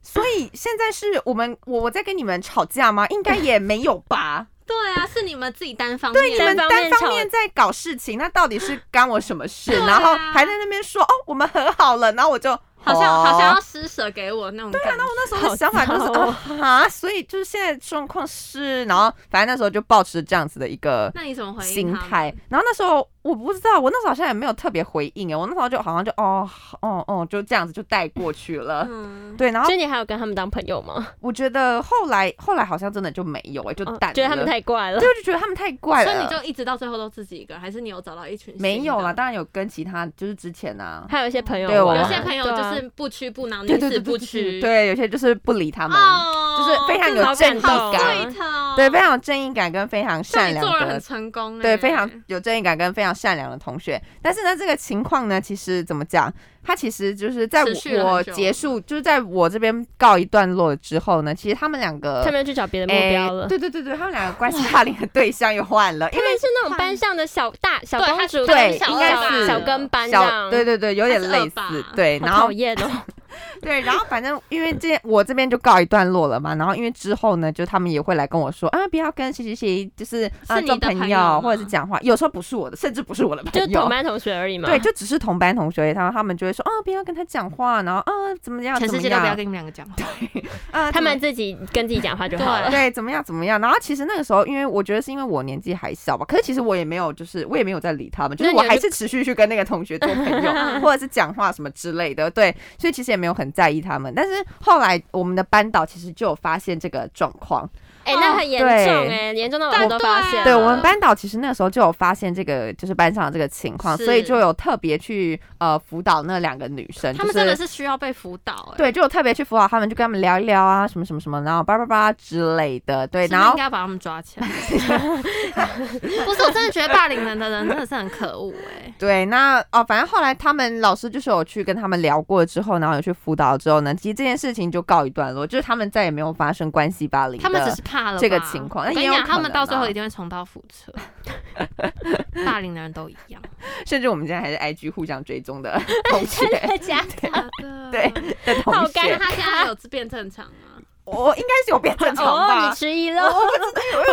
[SPEAKER 2] 所以现在是我们我我在跟你们吵架吗？应该也没有吧。
[SPEAKER 1] 对啊，是你们自己单方面，
[SPEAKER 2] 对，你们
[SPEAKER 3] 单方
[SPEAKER 2] 单
[SPEAKER 3] 面
[SPEAKER 2] 方面在搞事情，那到底是干我什么事？
[SPEAKER 1] 对啊
[SPEAKER 2] 然后还在那边说哦，我们和好了，然后我就
[SPEAKER 1] 好像
[SPEAKER 2] 哦
[SPEAKER 1] 好像要施舍给我那种感觉。对啊，
[SPEAKER 2] 那时候的想法就是
[SPEAKER 3] 好糟哦
[SPEAKER 2] 啊，所以就是现在状况是，然后反正那时候就保持这样子的一个
[SPEAKER 1] 那你怎么回应
[SPEAKER 2] 心
[SPEAKER 1] 他们
[SPEAKER 2] 态。然后那时候我不知道，我那时候好像也没有特别回应哎，我那时候就好像就哦哦哦，就这样子就带过去了。
[SPEAKER 1] 嗯，
[SPEAKER 2] 对，然后
[SPEAKER 3] 所以你还有跟他们当朋友吗？
[SPEAKER 2] 我觉得后来后来好像真的就没有哎、就
[SPEAKER 1] 哦
[SPEAKER 3] 嗯
[SPEAKER 2] 淡了、
[SPEAKER 3] 觉得他们太怪了
[SPEAKER 2] 对，。我就觉得他们太怪
[SPEAKER 1] 所
[SPEAKER 2] 了。
[SPEAKER 1] 以你就一直到最后都自己一个人，还是你有找到一群？
[SPEAKER 2] 没有啦，
[SPEAKER 1] 了，
[SPEAKER 2] 当然有跟其他就是之前啊，
[SPEAKER 3] 还有一些朋友玩，
[SPEAKER 2] 对我
[SPEAKER 1] 有
[SPEAKER 2] 们
[SPEAKER 1] 些朋友
[SPEAKER 3] 对
[SPEAKER 1] 就
[SPEAKER 3] 啊
[SPEAKER 1] 是不屈不挠，
[SPEAKER 2] 对
[SPEAKER 1] 宁
[SPEAKER 2] 对
[SPEAKER 1] 死
[SPEAKER 2] 对
[SPEAKER 1] 不
[SPEAKER 2] 对对对
[SPEAKER 1] 屈，
[SPEAKER 2] 对，有些就是不理他们，
[SPEAKER 1] 哦，
[SPEAKER 2] 就是非常有
[SPEAKER 3] 好
[SPEAKER 2] 正义
[SPEAKER 3] 感动
[SPEAKER 1] 对
[SPEAKER 2] 感，啊
[SPEAKER 3] 哦
[SPEAKER 1] 的，
[SPEAKER 2] 对，非常有正义感跟非常
[SPEAKER 1] 像
[SPEAKER 2] 善
[SPEAKER 1] 你
[SPEAKER 2] 良
[SPEAKER 1] 做人
[SPEAKER 2] 的
[SPEAKER 1] 很成功，
[SPEAKER 2] 对，
[SPEAKER 1] 哎
[SPEAKER 2] 非常有正义感跟非常善良的同学。但是呢，这个情况呢，其实怎么讲？他其实就是在
[SPEAKER 1] 持续了
[SPEAKER 2] 我我
[SPEAKER 1] 很久
[SPEAKER 2] 结束，就是在我这边告一段落了之后呢，其实他们两个，
[SPEAKER 3] 他们要去找别的目标了。
[SPEAKER 2] 哎对对对对，他们两个关系霸凌的对象又换了，因
[SPEAKER 3] 他
[SPEAKER 2] 为
[SPEAKER 3] 们是那种班上的小大小
[SPEAKER 1] 对
[SPEAKER 3] 公主，
[SPEAKER 1] 他
[SPEAKER 2] 对，
[SPEAKER 1] 小
[SPEAKER 2] 应
[SPEAKER 3] 小
[SPEAKER 2] 该是
[SPEAKER 3] 小跟班这
[SPEAKER 2] 小
[SPEAKER 3] 样，
[SPEAKER 2] 对对对，有点
[SPEAKER 1] 他是
[SPEAKER 2] 类
[SPEAKER 1] 恶霸
[SPEAKER 2] 似，对，
[SPEAKER 3] 好
[SPEAKER 2] 然后
[SPEAKER 3] 讨厌哦，
[SPEAKER 2] 对，然后反正因为这我这边就告一段落了嘛，然后因为之后呢，就他们也会来跟我说啊，不要跟谁谁谁就是啊
[SPEAKER 1] 是你
[SPEAKER 2] 做
[SPEAKER 1] 的
[SPEAKER 2] 朋
[SPEAKER 1] 朋友吗
[SPEAKER 2] 友，或者是讲话，有时候不是我的，甚至不是我的
[SPEAKER 3] 就
[SPEAKER 2] 朋
[SPEAKER 3] 同
[SPEAKER 2] 友。
[SPEAKER 3] 班同学而已嘛。
[SPEAKER 2] 对，就只是同班同学，然后他们就会说啊，不要跟他讲话，然后啊怎么样，
[SPEAKER 1] 全
[SPEAKER 2] 怎
[SPEAKER 1] 世
[SPEAKER 2] 么
[SPEAKER 1] 界都不要
[SPEAKER 2] 样，
[SPEAKER 1] 跟你们两个讲话，
[SPEAKER 2] 啊，
[SPEAKER 3] 他
[SPEAKER 2] 怎么
[SPEAKER 3] 们自己跟自己讲话就好了。
[SPEAKER 2] 对怎么样怎么样。然后其实那个时候，因为我觉得是因为我年纪还小吧，可是其实我也没有，就是我也没有在理他们，就是
[SPEAKER 3] 那
[SPEAKER 2] 我
[SPEAKER 3] 你有
[SPEAKER 2] 还
[SPEAKER 3] 去
[SPEAKER 2] 是持续去跟那个同学做 朋友，或者是讲话什么之类的，对，所以其实也没有很在意他们。但是后来我们的班导其实就有发现这个状况，
[SPEAKER 3] 哎，那很严重哎，严重到我们都发
[SPEAKER 1] 嗯
[SPEAKER 3] 现了。
[SPEAKER 2] 哦对我们班导其实那时候就有发现这个就是班上的这个情况，所以
[SPEAKER 1] 是
[SPEAKER 2] 就有特别去呃辅导那两个女生，
[SPEAKER 1] 他
[SPEAKER 2] 就
[SPEAKER 1] 们真的是需要被辅导，哎，
[SPEAKER 2] 对，就有特别去辅导他们，就跟他们聊一聊啊，什么什么什么，然后叭叭叭之类的，对，
[SPEAKER 1] 是不是
[SPEAKER 2] 然后
[SPEAKER 1] 应该把他们抓起来。 不是，我真的觉得霸凌人的人真的是很可恶哎、
[SPEAKER 2] 对，那哦，反正后来他们老师就是有去跟他们聊过之后，然后有去辅导之后呢，其实这件事情就告一段落，就是他们再也没有发生关系霸凌的。
[SPEAKER 1] 他们只是怕了吧
[SPEAKER 2] 这个情况那
[SPEAKER 1] 我跟
[SPEAKER 2] 也
[SPEAKER 1] 你讲，
[SPEAKER 2] 有可能
[SPEAKER 1] 他们到最
[SPEAKER 2] 啊
[SPEAKER 1] 后一定会重蹈覆辙。霸凌的人都一样，
[SPEAKER 2] 甚至我们现在还是 IG 互相追踪的同学
[SPEAKER 3] 在家，
[SPEAKER 1] 嗯
[SPEAKER 2] 对的同
[SPEAKER 3] 好
[SPEAKER 1] 那
[SPEAKER 2] 学
[SPEAKER 3] 尴，
[SPEAKER 1] 他现在有变正常 吗？
[SPEAKER 2] 我应该是有变正常
[SPEAKER 3] 哦，你
[SPEAKER 2] 吧？
[SPEAKER 3] 迟疑
[SPEAKER 2] 我
[SPEAKER 3] 了。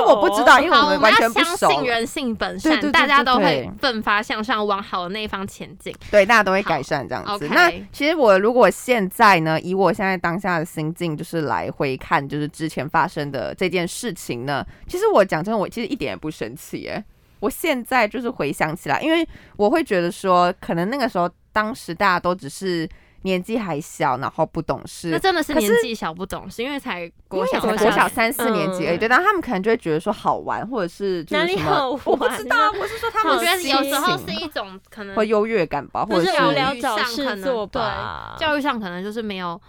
[SPEAKER 2] 我不知道，因为我不知道，因为
[SPEAKER 1] 好，
[SPEAKER 2] 哎我
[SPEAKER 1] 我
[SPEAKER 2] 们
[SPEAKER 1] 们
[SPEAKER 2] 完全
[SPEAKER 1] 要
[SPEAKER 2] 不
[SPEAKER 1] 相
[SPEAKER 2] 熟。
[SPEAKER 1] 信人性本
[SPEAKER 2] 对
[SPEAKER 1] 善，
[SPEAKER 2] 对对
[SPEAKER 1] 大家都
[SPEAKER 2] 对对
[SPEAKER 1] 会奋发向上，往好的那一方前进。
[SPEAKER 2] 对，大家都会改善这样
[SPEAKER 1] 好
[SPEAKER 2] 子。
[SPEAKER 1] ，OK
[SPEAKER 2] 那其实我如果现在呢，以我现在当下的心境，就是来回看，就是之前发生的这件事情呢，其实我讲真的，我其实一点也不生气耶。我现在就是回想起来，因为我会觉得说，可能那个时候，当时大家都只是年纪还小，然后不懂事
[SPEAKER 1] 那，真的是
[SPEAKER 2] 可
[SPEAKER 1] 年
[SPEAKER 2] 是
[SPEAKER 1] 纪小不懂事，因为才国
[SPEAKER 2] 因为
[SPEAKER 1] 小，
[SPEAKER 2] 才
[SPEAKER 3] 国
[SPEAKER 2] 国
[SPEAKER 3] 小
[SPEAKER 2] 小三四年级而已，
[SPEAKER 3] 嗯
[SPEAKER 2] 对，但他们可能就会觉得说好玩，或者是就
[SPEAKER 3] 哪
[SPEAKER 2] 是
[SPEAKER 3] 里
[SPEAKER 2] 什
[SPEAKER 3] 好
[SPEAKER 2] 么，
[SPEAKER 3] 玩？
[SPEAKER 2] 我不知道，啊，我是说他们
[SPEAKER 1] 我觉得有时候
[SPEAKER 2] 心
[SPEAKER 1] 是
[SPEAKER 2] 情
[SPEAKER 1] 一种可能
[SPEAKER 2] 或优越感吧，或
[SPEAKER 3] 就
[SPEAKER 2] 者
[SPEAKER 3] 是
[SPEAKER 1] 是聊
[SPEAKER 3] 无聊
[SPEAKER 1] 育
[SPEAKER 3] 找
[SPEAKER 1] 上可
[SPEAKER 3] 事
[SPEAKER 1] 能
[SPEAKER 3] 做
[SPEAKER 1] 对
[SPEAKER 3] 吧。
[SPEAKER 1] 教育上可能就是没有，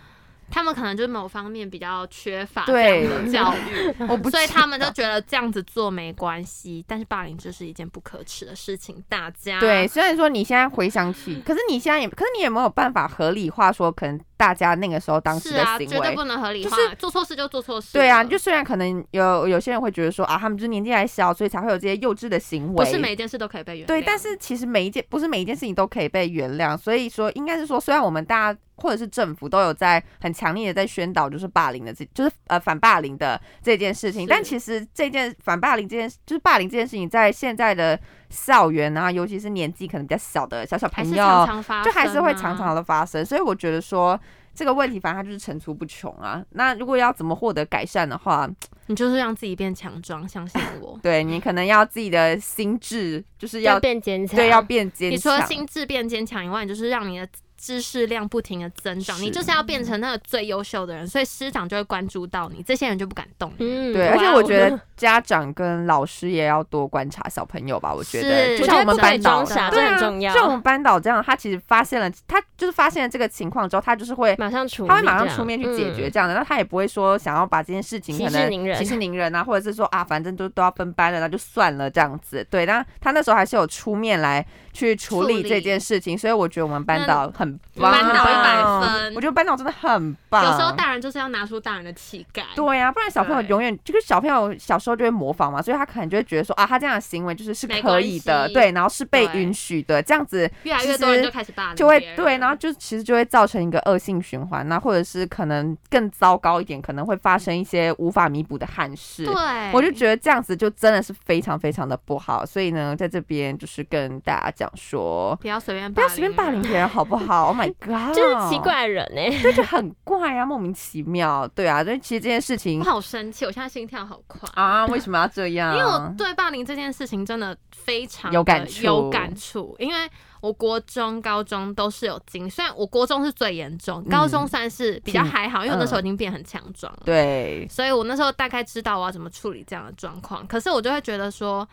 [SPEAKER 1] 他们可能就是某方面比较缺乏这
[SPEAKER 2] 对
[SPEAKER 1] 样的教育，
[SPEAKER 2] 我 不知道，
[SPEAKER 1] 嗯所以他们就觉得这样子做没关系。但是霸凌就是一件不可耻的事情，大家
[SPEAKER 2] 对，虽然说你现在回想起，可是你现在也，可是你也没有办法合理化说，可能大家那个时候当时
[SPEAKER 1] 是
[SPEAKER 2] 的
[SPEAKER 1] 啊，
[SPEAKER 2] 行
[SPEAKER 1] 绝对
[SPEAKER 2] 为。
[SPEAKER 1] 不能合理化，
[SPEAKER 2] 就是
[SPEAKER 1] 做错事就做错事了。
[SPEAKER 2] 对啊，就虽然可能有有些人会觉得说啊，他们就是年纪还小，所以才会有这些幼稚的行
[SPEAKER 1] 不
[SPEAKER 2] 为。
[SPEAKER 1] 是每一件事都可以被原谅。
[SPEAKER 2] 对，但是其实每一件不是每一件事情都可以被原谅，所以说应该是说，虽然我们大家或者是政府都有在很强烈的在宣导，就是霸凌的这，就是呃反霸凌的这件事情，
[SPEAKER 1] 是
[SPEAKER 2] 但其实这件反霸凌这件就是霸凌这件事情，在现在的校园啊，尤其是年纪可能比较小的小小
[SPEAKER 1] 还是
[SPEAKER 2] 朋友，
[SPEAKER 1] 常常发生啊、
[SPEAKER 2] 就还是会常常的发生，所以我觉得说。这个问题反正它就是层出不穷啊。那如果要怎么获得改善的话，。
[SPEAKER 1] 你就是让自己变强壮，相信我
[SPEAKER 2] 对你可能要自己的心智就是要
[SPEAKER 3] 要变坚强，
[SPEAKER 2] 对要变坚强。
[SPEAKER 1] 你除了心智变坚强以外，你就是让你的知识量不停的增长，
[SPEAKER 2] 是
[SPEAKER 1] 你就是要变成那个最优秀的人，所以师长就会关注到你，这些人就不敢动你。
[SPEAKER 3] 嗯，
[SPEAKER 2] 对，而且
[SPEAKER 3] 哇
[SPEAKER 2] 我
[SPEAKER 3] 哦
[SPEAKER 2] 觉得家长跟老师也要多观察小朋友吧。我觉
[SPEAKER 1] 是
[SPEAKER 2] 得，就
[SPEAKER 1] 我
[SPEAKER 2] 像
[SPEAKER 1] 觉
[SPEAKER 2] 我
[SPEAKER 1] 得
[SPEAKER 2] 们
[SPEAKER 1] 不可以
[SPEAKER 2] 班导，
[SPEAKER 1] 装傻
[SPEAKER 2] 对
[SPEAKER 3] 这很
[SPEAKER 2] 啊
[SPEAKER 3] 重要
[SPEAKER 2] 像我们班导这样，他其实发现了，他就是发现了这个情况之后，他就是会。
[SPEAKER 3] 马上处理这
[SPEAKER 2] 他会
[SPEAKER 3] 样，
[SPEAKER 2] 马上出面去解决
[SPEAKER 3] 嗯。
[SPEAKER 2] 这样的，那他也不会说想要把这件事情
[SPEAKER 3] 息
[SPEAKER 2] 可
[SPEAKER 3] 事
[SPEAKER 2] 能
[SPEAKER 3] 宁人
[SPEAKER 2] 息事宁人啊，或者是说啊，反正都都要分班了，那就算了这样子。对，那他那时候还是有出面来去处
[SPEAKER 1] 处
[SPEAKER 2] 理
[SPEAKER 1] 理
[SPEAKER 2] 这件事情，所以我觉得我们班
[SPEAKER 1] 那
[SPEAKER 2] 导很
[SPEAKER 1] 们
[SPEAKER 2] 棒，
[SPEAKER 1] 班导100分
[SPEAKER 2] 我觉得班导真的很棒。
[SPEAKER 1] 有时候大人就是要拿出大人的气概。
[SPEAKER 2] 啊 对啊呀、不然小朋友
[SPEAKER 1] 对
[SPEAKER 2] 永远就是小朋友小时候就会模仿嘛，所以他可能就会觉得说啊，他这样的行为就是是
[SPEAKER 1] 没
[SPEAKER 2] 可以的，
[SPEAKER 1] 关系
[SPEAKER 2] 对，然后是被
[SPEAKER 1] 对
[SPEAKER 2] 允许的，这样子
[SPEAKER 1] 越来越
[SPEAKER 2] 其
[SPEAKER 1] 多
[SPEAKER 2] 实
[SPEAKER 1] 人就开始霸凌别人，
[SPEAKER 2] 就会对，然后就其实就会造成一个恶性循环，那或者是可能更糟糕一点，可能会发生一些无法弥补的憾事。
[SPEAKER 1] 对，
[SPEAKER 2] 我就觉得这样子就真的是非常非常的不好，所以呢，在这边就是跟大家讲说，
[SPEAKER 1] 不要随便
[SPEAKER 2] 不要随便霸凌
[SPEAKER 1] 人。
[SPEAKER 2] 别人，好不好？Oh my god，
[SPEAKER 3] 就是奇，怪的人哎、
[SPEAKER 2] 这就很怪啊，莫名其妙，对啊，所以其实这件事情
[SPEAKER 1] 我好生气，我现在心跳好快，
[SPEAKER 2] 啊，为什么要这样？
[SPEAKER 1] 因为我对霸凌这件事情真的非常地
[SPEAKER 2] 嗯有感触
[SPEAKER 1] 有感触。因为我国中、高中都是有经历，虽然我国中是最严重，
[SPEAKER 2] 嗯
[SPEAKER 1] 高中算是比较还好，因为我那时候
[SPEAKER 2] 嗯
[SPEAKER 1] 已经变很强壮了，
[SPEAKER 2] 对，
[SPEAKER 1] 所以我那时候大概知道我要怎么处理这样的状况。可是我就会觉得说。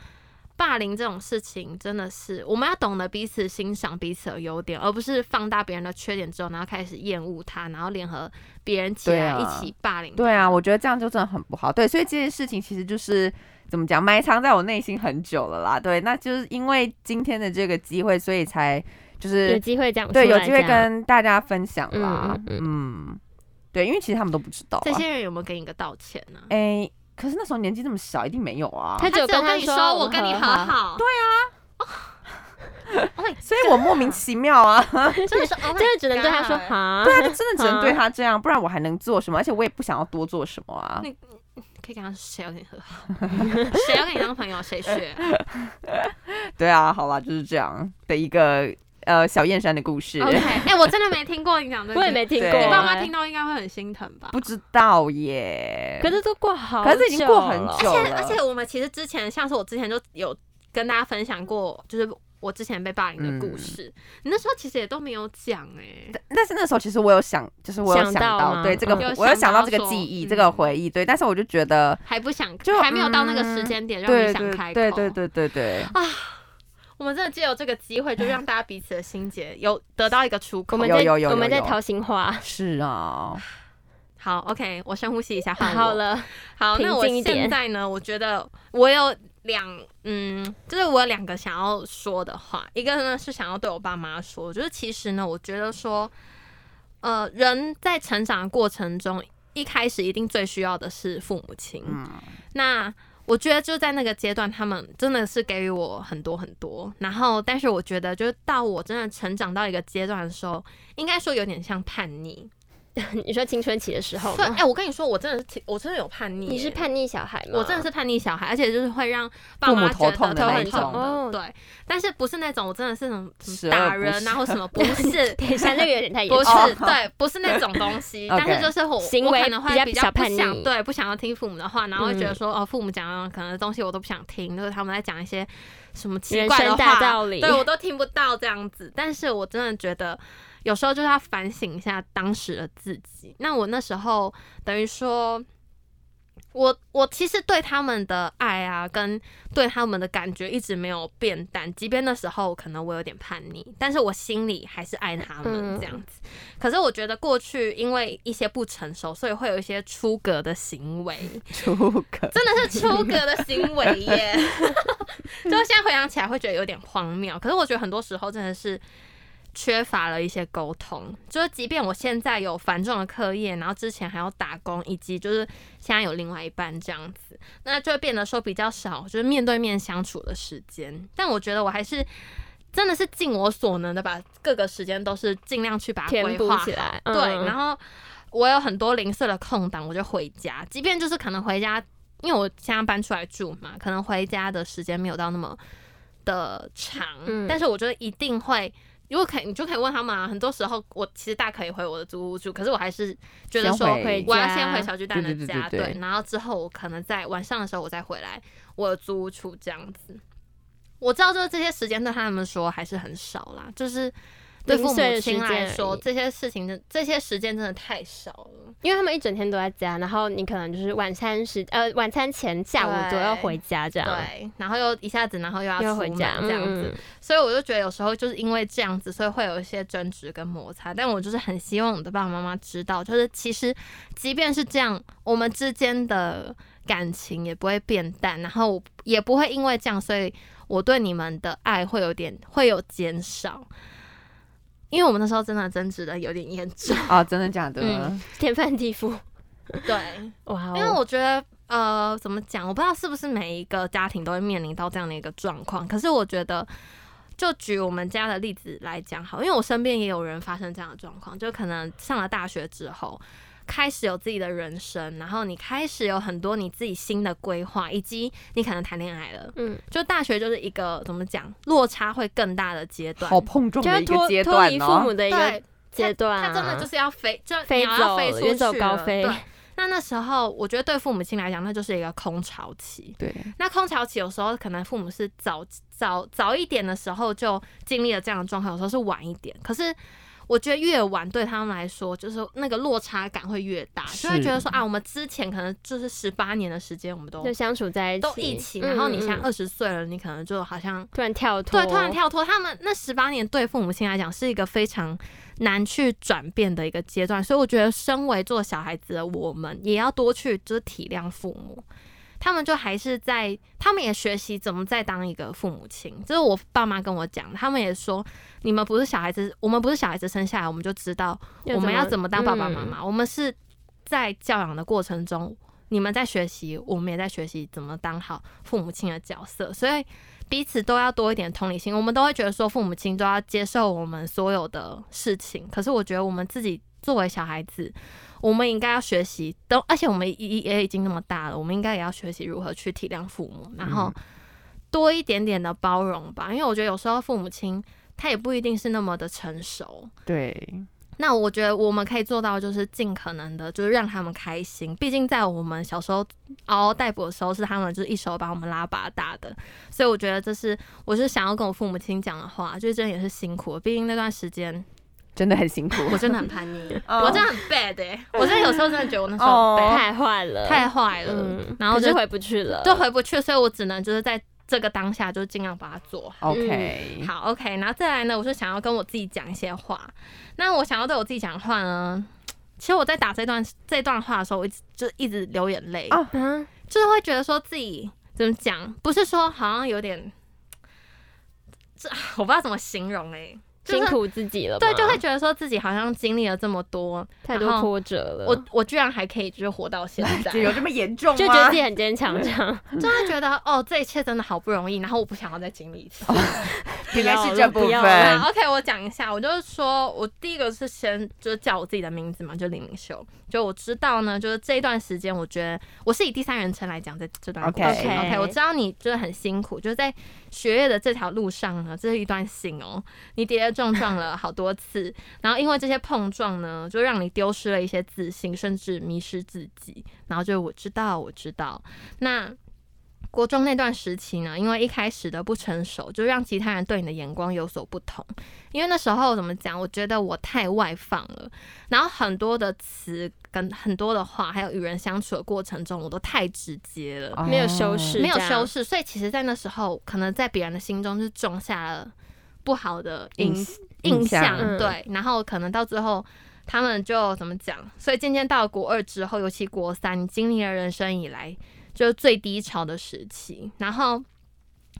[SPEAKER 1] 霸凌这种事情真的是，我们要懂得彼此欣赏彼此的优点，而不是放大别人的缺点之后，然后开始厌恶他，然后联合别人起
[SPEAKER 2] 对
[SPEAKER 1] 来
[SPEAKER 2] 啊
[SPEAKER 1] 一起霸凌他
[SPEAKER 2] 对啊，我觉得这样就真的很不好。对，所以这件事情其实就是怎么讲，埋藏在我内心很久了啦。对，那就是因为今天的这个机会，所以才就
[SPEAKER 3] 有
[SPEAKER 2] 是
[SPEAKER 3] 机会讲出来
[SPEAKER 2] 对
[SPEAKER 3] 这
[SPEAKER 2] 有
[SPEAKER 3] 样，
[SPEAKER 2] 机会跟大家分享啦。
[SPEAKER 3] 嗯嗯
[SPEAKER 2] 嗯对，因为其实他们都不知道、
[SPEAKER 1] 这
[SPEAKER 2] 啊。
[SPEAKER 1] 些人有没有给你个道歉呢、
[SPEAKER 2] 哎、可是那时候年纪这么小，一定没有啊。
[SPEAKER 3] 他只有
[SPEAKER 1] 只有
[SPEAKER 3] 跟
[SPEAKER 1] 跟
[SPEAKER 3] 他
[SPEAKER 1] 你
[SPEAKER 3] 说
[SPEAKER 1] 我跟你
[SPEAKER 3] 和
[SPEAKER 1] 和好，对啊。Oh my
[SPEAKER 2] 所以我莫名其妙 啊，
[SPEAKER 1] 真的是 Oh my
[SPEAKER 3] 真的只能对他说
[SPEAKER 1] God
[SPEAKER 3] 哈，
[SPEAKER 2] 对啊，就真的只能
[SPEAKER 3] 嗯
[SPEAKER 2] 对他这样，不然我还能做什么？而且我也不想要多做什么啊。
[SPEAKER 1] 你可以跟他说谁要跟你和好， 谁要跟你当朋友，谁 学啊。
[SPEAKER 2] 对啊，好啦，就是这样的一个呃小燕山的故事。
[SPEAKER 1] OK，哎、我真的没听过你讲这个，
[SPEAKER 3] 我也没听
[SPEAKER 2] 对
[SPEAKER 3] 过、
[SPEAKER 1] 你
[SPEAKER 3] 欸。
[SPEAKER 1] 爸妈听到应该会很心疼吧？
[SPEAKER 2] 不知道耶。
[SPEAKER 3] 可是都过好久
[SPEAKER 2] 可
[SPEAKER 3] 了，
[SPEAKER 2] 是已经过很久
[SPEAKER 1] 而且
[SPEAKER 2] 了
[SPEAKER 1] 而且我们其实之前，像是我之前就有跟大家分享过，就是我之前被霸凌的故事，你那时候其实也都没有讲哎、
[SPEAKER 2] 但是那时候其实我有想，就是我有
[SPEAKER 3] 想
[SPEAKER 2] 想
[SPEAKER 3] 到吗
[SPEAKER 2] 对这个
[SPEAKER 3] 嗯，
[SPEAKER 2] 我有想到这
[SPEAKER 1] 哦有
[SPEAKER 2] 个
[SPEAKER 1] 想到说
[SPEAKER 2] 记忆、
[SPEAKER 1] 嗯
[SPEAKER 2] 这个回忆，对。但是我就觉得，
[SPEAKER 1] 还不想，
[SPEAKER 2] 就
[SPEAKER 1] 还没有到那个
[SPEAKER 2] 嗯
[SPEAKER 1] 时间点让
[SPEAKER 2] 对
[SPEAKER 1] 你
[SPEAKER 2] 对
[SPEAKER 1] 想开口。啊
[SPEAKER 2] 对对对对对，
[SPEAKER 1] 我们真的借由这个机会，就让大家彼此的心结有得到一个出
[SPEAKER 3] 我
[SPEAKER 1] 口。
[SPEAKER 3] 们
[SPEAKER 2] 有
[SPEAKER 3] 在
[SPEAKER 2] 有有
[SPEAKER 3] 我们
[SPEAKER 2] 有
[SPEAKER 3] 在
[SPEAKER 2] 有
[SPEAKER 3] 掏心话。
[SPEAKER 2] 是啊，
[SPEAKER 1] 好，OK，我深呼吸一下，换我
[SPEAKER 3] 好。了，
[SPEAKER 1] 好，
[SPEAKER 3] 平
[SPEAKER 1] 那我
[SPEAKER 3] 静一点
[SPEAKER 1] 现在呢？我觉得我有两，嗯，就是我有两个想要说的话，一个呢是想要对我爸妈说，就是其实呢，我觉得说，呃，人在成长的过程中，一开始一定最需要的是父母亲。
[SPEAKER 2] 嗯
[SPEAKER 1] 那我觉得就在那个阶段，他们真的是给予我很多很多。然后，但是我觉得，就是到我真的成长到一个阶段的时候，应该说有点像叛逆。
[SPEAKER 3] 你说青春期的时 候
[SPEAKER 1] 对，哎、
[SPEAKER 3] 吗，
[SPEAKER 1] 我跟你说，我真的是挺，我真的有叛逆。
[SPEAKER 3] 你是叛逆啊小孩吗？
[SPEAKER 1] 我真的是叛逆小孩，而且就是会让爸
[SPEAKER 2] 父母
[SPEAKER 1] 妈
[SPEAKER 2] 头
[SPEAKER 1] 觉
[SPEAKER 2] 痛
[SPEAKER 1] 得
[SPEAKER 2] 的
[SPEAKER 1] 头
[SPEAKER 2] 那一
[SPEAKER 1] 很
[SPEAKER 2] 种
[SPEAKER 1] 痛
[SPEAKER 3] 哦。
[SPEAKER 1] 的，对。但是不是那种我真的是那种什
[SPEAKER 2] 十
[SPEAKER 1] 么
[SPEAKER 2] 恶
[SPEAKER 1] 打
[SPEAKER 2] 不
[SPEAKER 1] 人啊
[SPEAKER 2] 赦
[SPEAKER 1] 或什么，不是
[SPEAKER 3] 等一下，那个有点太严
[SPEAKER 1] 不
[SPEAKER 3] 重
[SPEAKER 1] 是，
[SPEAKER 2] 哦
[SPEAKER 1] 对，不是那种东西， 但
[SPEAKER 2] OK
[SPEAKER 1] 是就是我
[SPEAKER 3] 行
[SPEAKER 1] 我
[SPEAKER 3] 为
[SPEAKER 1] 可能
[SPEAKER 3] 比较
[SPEAKER 1] 会比
[SPEAKER 3] 小
[SPEAKER 1] 较不
[SPEAKER 3] 叛逆
[SPEAKER 1] 想对，不想要听父母的话，然后会觉得
[SPEAKER 3] 嗯
[SPEAKER 1] 说、哦，父母讲的可能东西我都不想听，就是他们在讲一些什么奇
[SPEAKER 3] 人
[SPEAKER 1] 怪的
[SPEAKER 3] 生
[SPEAKER 1] 话，
[SPEAKER 3] 大道理，
[SPEAKER 1] 对我都听不到这样 子。但是我真的觉得，有时候就是要反省一下当时的自己。那我那时候等于说，我我其实对他们的爱啊，跟对他们的感觉一直没有变淡。即便那时候可能我有点叛逆，但是我心里还是爱他们
[SPEAKER 3] 嗯
[SPEAKER 1] 这样子。可是我觉得过去因为一些不成熟，所以会有一些出格的行为。
[SPEAKER 2] 出格。
[SPEAKER 1] 真的是出格的行为 耶！就现在回想起来会觉得有点荒谬，可是我觉得很多时候真的是缺乏了一些沟通。就是即便我现在有繁重的课业，然后之前还要打工，以及就是现在有另外一半这样子，那就会变得说比较少，就是面对面相处的时间。但我觉得我还是。真的是尽我所能的把各个时间都是尽量去把它规
[SPEAKER 3] 填补
[SPEAKER 1] 划
[SPEAKER 3] 起来，嗯
[SPEAKER 1] 对，然
[SPEAKER 3] 后
[SPEAKER 1] 后我有很多零碎的空档，我就回家，即便就是可能回家，因为我现在搬出来住嘛，可能回家的时间没有到那么的长，
[SPEAKER 3] 嗯
[SPEAKER 1] 但是我觉得一定会。如果可以，你就可以问他们啊。很多时候，我其实大可以回我的租屋住，可是我还是觉得
[SPEAKER 2] 先
[SPEAKER 1] 说
[SPEAKER 2] 回回，
[SPEAKER 1] 我要
[SPEAKER 3] 家
[SPEAKER 1] 先回小巨蛋的
[SPEAKER 2] 对对对
[SPEAKER 1] 家，
[SPEAKER 2] 对对
[SPEAKER 1] 然后之后我可能在晚上的时候我再回来我的租屋处这样子。我知道，就是这些时间对他们说还是很少啦，就是对
[SPEAKER 3] 零
[SPEAKER 1] 父
[SPEAKER 3] 碎
[SPEAKER 1] 母
[SPEAKER 3] 的时
[SPEAKER 1] 亲来
[SPEAKER 3] 间而
[SPEAKER 1] 说，
[SPEAKER 3] 已
[SPEAKER 1] 这些事情真这些时间真的太少了。
[SPEAKER 3] 因为他们一整天都在家，然后你可能就是晚餐时呃晚餐前下午左右
[SPEAKER 1] 对
[SPEAKER 3] 回家这样，
[SPEAKER 1] 对，然后又一下子，然后又要
[SPEAKER 3] 啊又
[SPEAKER 1] 出
[SPEAKER 3] 回
[SPEAKER 1] 门
[SPEAKER 3] 家嗯
[SPEAKER 1] 这样子，，所以我就觉得有时候就是因为这样子，所以会有一些争执跟摩擦。但我就是很希望我的爸爸妈妈知道，就是其实即便是这样，我们之间的感情也不会变淡，然后也不会因为这样，所以我对你们的爱会有点会有减少。因为我们那时候真的争执的有点严 重，
[SPEAKER 2] 啊，真的假的？
[SPEAKER 1] 嗯
[SPEAKER 3] 天翻地覆，
[SPEAKER 1] 对，
[SPEAKER 3] 哇哦！
[SPEAKER 1] 因为我觉得，呃，怎么讲？我不知道是不是每一个家庭都会面临到这样的一个状况。可是我觉得，就举我们家的例子来讲好，因为我身边也有人发生这样的状况，就可能上了大学之后，开始有自己的人生，然后你开始有很多你自己新的规划，以及你可能谈恋爱了。
[SPEAKER 3] 嗯，
[SPEAKER 1] 就大学就是一个怎么讲，落差会更大的阶段。
[SPEAKER 2] 好碰撞
[SPEAKER 3] 就
[SPEAKER 2] 的
[SPEAKER 3] 要
[SPEAKER 2] 一
[SPEAKER 3] 脱
[SPEAKER 2] 个阶
[SPEAKER 3] 脱
[SPEAKER 2] 段
[SPEAKER 3] 离父
[SPEAKER 2] 哦
[SPEAKER 3] 母。的一个
[SPEAKER 1] 对，
[SPEAKER 3] 阶段、啊
[SPEAKER 1] 他真的就是要飞，就
[SPEAKER 3] 飞
[SPEAKER 1] 鸟要
[SPEAKER 3] 走
[SPEAKER 1] 飞出去
[SPEAKER 3] 远走高
[SPEAKER 1] 了
[SPEAKER 3] 飞
[SPEAKER 1] 对，那那时候我觉得对父母亲来讲，那就是一个空巢期。
[SPEAKER 2] 对，
[SPEAKER 1] 那空巢期有时候可能父母是早早早一点的时候就经历了这样的状况，有时候是晚一点。可是我觉得越晚对他们来说，就是那个落差感会越大，
[SPEAKER 2] 是
[SPEAKER 1] 就会觉得说啊，我们之前可能就是十八年的时间，我们都
[SPEAKER 3] 就相处在一起，
[SPEAKER 1] 都一起，然后你现在
[SPEAKER 3] 嗯嗯
[SPEAKER 1] 二十岁了，你可能就好像
[SPEAKER 3] 突然跳脱，
[SPEAKER 1] 对突然，跳脱。他们那十八年对父母亲来讲是一个非常难去转变的一个阶段，所以我觉得身为做小孩子的我们，也要多去就是体谅父母。他们就还是在，他们也学习怎么再当一个父母亲。这是我爸妈跟我讲的，他们也说，你们不是小孩子，我们不是小孩子生下来我们就知道我们要怎么嗯当爸爸妈妈，我们是在教养的过程中，你们在学习，我们也在学习怎么当好父母亲的角色，所以彼此都要多一点同理心。我们都会觉得说，父母亲都要接受我们所有的事情，可是我觉得我们自己作为小孩子，我们应该要学习，都而且我们也也已经那么大了，我们应该也要学习如何去体谅父母，然后多一点点的包容吧，因为我觉得有时候父母亲他也不一定是那么的成熟，
[SPEAKER 2] 对，
[SPEAKER 1] 那我觉得我们可以做到，就是尽可能的，就是让他们开心。毕竟在我们小时候嗷嗷待哺的时候，是他们就是一手把我们拉拔大的，所以我觉得这是我是想要跟我父母亲讲的话，就是真的也是辛苦的。毕竟那段时间
[SPEAKER 2] 真的很辛苦。
[SPEAKER 1] 我真的很叛逆，
[SPEAKER 2] 哦
[SPEAKER 1] 我真的很 bad 哎、 我真的有时候真的觉得我那时候
[SPEAKER 2] 哦
[SPEAKER 1] 很 bad，、
[SPEAKER 3] 太坏了，
[SPEAKER 1] 太坏了，
[SPEAKER 3] 嗯，
[SPEAKER 1] 然后
[SPEAKER 3] 可是
[SPEAKER 1] 就
[SPEAKER 3] 回不去了，
[SPEAKER 1] 就回不去，所以我只能就是在这个当下就尽量把它做好。
[SPEAKER 2] OK，
[SPEAKER 1] 好，OK，然后再来呢，我就想要跟我自己讲一些话。那我想要对我自己讲的话呢，其实我在打这段这段话的时候，我一直就一直流眼泪，
[SPEAKER 2] 啊
[SPEAKER 3] 嗯，
[SPEAKER 1] 就是会觉得说自己怎么讲，不是说好像有点，这我不知道怎么形容哎、就是
[SPEAKER 3] 辛苦自己了吧，
[SPEAKER 1] 对，就会觉得说自己好像经历了这么多，
[SPEAKER 3] 太
[SPEAKER 1] 然
[SPEAKER 3] 多
[SPEAKER 1] 后
[SPEAKER 3] 波折了，
[SPEAKER 1] 我我居然还可以就是活到现 在，
[SPEAKER 2] 有这么严重吗？
[SPEAKER 3] 就觉得自己很坚强，这样
[SPEAKER 1] 就会觉得哦，这一切真的好不容易，然后我不想要再经历一次。
[SPEAKER 2] 应该是这部
[SPEAKER 3] 不要
[SPEAKER 2] 分
[SPEAKER 3] 了。
[SPEAKER 1] 好，OK，我讲一下，我就是说我第一个是先就是叫我自己的名字嘛，就李明秀。就我知道呢，就是这一段时间，我觉得我是以第三人称来讲这这段故事。
[SPEAKER 2] OK
[SPEAKER 1] OK，我知道你就是很辛苦，就是在学业的这条路上呢，这是一段辛哦，你跌跌撞撞了好多次，然后因为这些碰撞呢，就让你丢失了一些自信，甚至迷失自己。然后就我知道，我知道，那。国中那段时期呢，因为一开始的不成熟，就让其他人对你的眼光有所不同。因为那时候怎么讲，我觉得我太外放了，然后很多的词跟很多的话，还有与人相处的过程中，我都太直接
[SPEAKER 2] 哦
[SPEAKER 1] 了。
[SPEAKER 3] 没有修 饰，
[SPEAKER 1] 没有修
[SPEAKER 3] 饰，
[SPEAKER 1] 饰，所以其实，在那时候，可能在别人的心中就种下了不好的
[SPEAKER 2] 印
[SPEAKER 1] 影
[SPEAKER 2] 印
[SPEAKER 1] 印
[SPEAKER 2] 象
[SPEAKER 1] 象，
[SPEAKER 3] 嗯
[SPEAKER 1] 对，然后可能到最后。他们就怎么讲？所以渐渐到国二之后，尤其国三，你经历了人生以来就是最低潮的时期。然后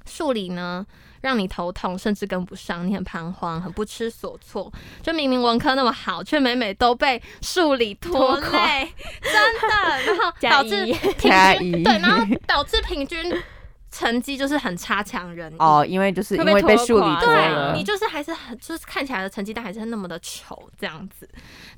[SPEAKER 1] 数理呢，让你头痛，甚至跟不上，你很彷徨，很不知所措。就明明文科那么好，却每每都被数理拖
[SPEAKER 3] 拖垮
[SPEAKER 1] 累，真的。然后
[SPEAKER 3] 加
[SPEAKER 1] 导
[SPEAKER 3] 一
[SPEAKER 1] 致平
[SPEAKER 2] 加一
[SPEAKER 1] 均对，然后导致平均成绩就是很差强人意。
[SPEAKER 2] 哦，因为就是因
[SPEAKER 3] 会被
[SPEAKER 2] 为被
[SPEAKER 3] 拖
[SPEAKER 2] 树理
[SPEAKER 3] 垮
[SPEAKER 2] 拖
[SPEAKER 3] 对
[SPEAKER 2] 了
[SPEAKER 1] 你，就是还是很，就是看起来的成绩单还是那么的丑这样子。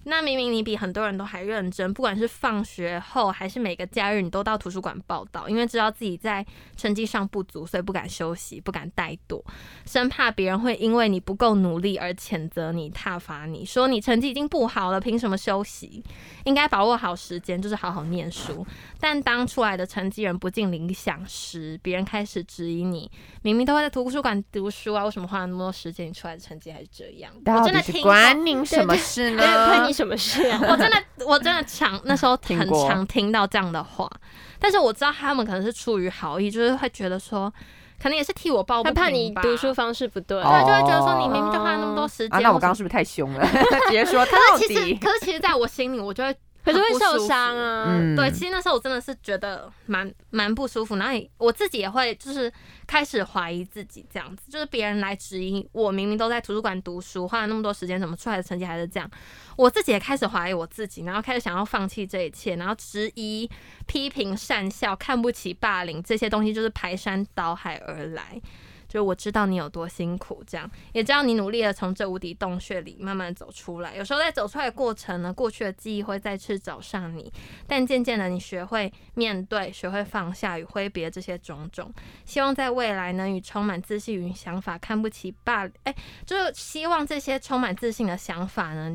[SPEAKER 1] 那明明你比很多人都还认真，不管是放学后还是每个假日，你都到图书馆报道，因为知道自己在成绩上不足，所以不敢休息，不敢怠惰，生怕别人会因为你不够努力而谴责你、挞伐你，说你成绩已经不好了，凭什么休息？应该把握好时间，就是好好念书。但当出来的成绩人不尽理想时，别人开始质疑你，明明都会在图书馆读书啊，为什么花了那么多时间，你出来的成绩还是这 样？我
[SPEAKER 2] 到
[SPEAKER 1] 真
[SPEAKER 2] 底
[SPEAKER 1] 的
[SPEAKER 2] 是
[SPEAKER 1] 听过，
[SPEAKER 2] 关您什么 事
[SPEAKER 3] 没有关
[SPEAKER 2] 呢
[SPEAKER 3] 你？什么事 啊？
[SPEAKER 1] 我真的我真的常那时候
[SPEAKER 2] 听
[SPEAKER 1] 很
[SPEAKER 2] 过
[SPEAKER 1] 常听到这样的话，但是我知道他们可能是出于好意，就是会觉得说，可能也是替我抱不
[SPEAKER 3] 他
[SPEAKER 1] 平
[SPEAKER 3] 怕你
[SPEAKER 1] 吧
[SPEAKER 3] 读书，方式不对，
[SPEAKER 1] 对，
[SPEAKER 2] 哦
[SPEAKER 1] 就会觉得说你明明就花了那么多时间，
[SPEAKER 2] 啊，那
[SPEAKER 1] 为什
[SPEAKER 2] 我刚
[SPEAKER 1] 么
[SPEAKER 2] 刚是不是太凶 了？ 直接说到
[SPEAKER 1] 可是其实，
[SPEAKER 2] 底，
[SPEAKER 1] 可是其实，在我心里，我就会
[SPEAKER 3] 可是
[SPEAKER 1] 很
[SPEAKER 3] 会
[SPEAKER 1] 不舒
[SPEAKER 3] 受
[SPEAKER 1] 服
[SPEAKER 3] 伤啊。
[SPEAKER 2] 嗯，
[SPEAKER 1] 对，其实那时候我真的是觉得蛮蛮不舒服，然后也我自己也会就是开始怀疑自己这样子，就是别人来质疑我，明明都在图书馆读书，花了那么多时间，怎么出来的成绩还是这样？我自己也开始怀疑我自己，然后开始想要放弃这一切，然后质疑、批评、讪笑、看不起、霸凌这些东西，就是排山倒海而来。就是我知道你有多辛苦，这样也知道你努力的从这无底洞穴里慢慢走出来。有时候在走出来的过程呢，过去的记忆会再次找上你，但渐渐的，你学会面对，学会放下与挥别这些种种。希望在未来呢，与充满自信与想法看不起霸，哎、就是希望这些充满自信的想法呢，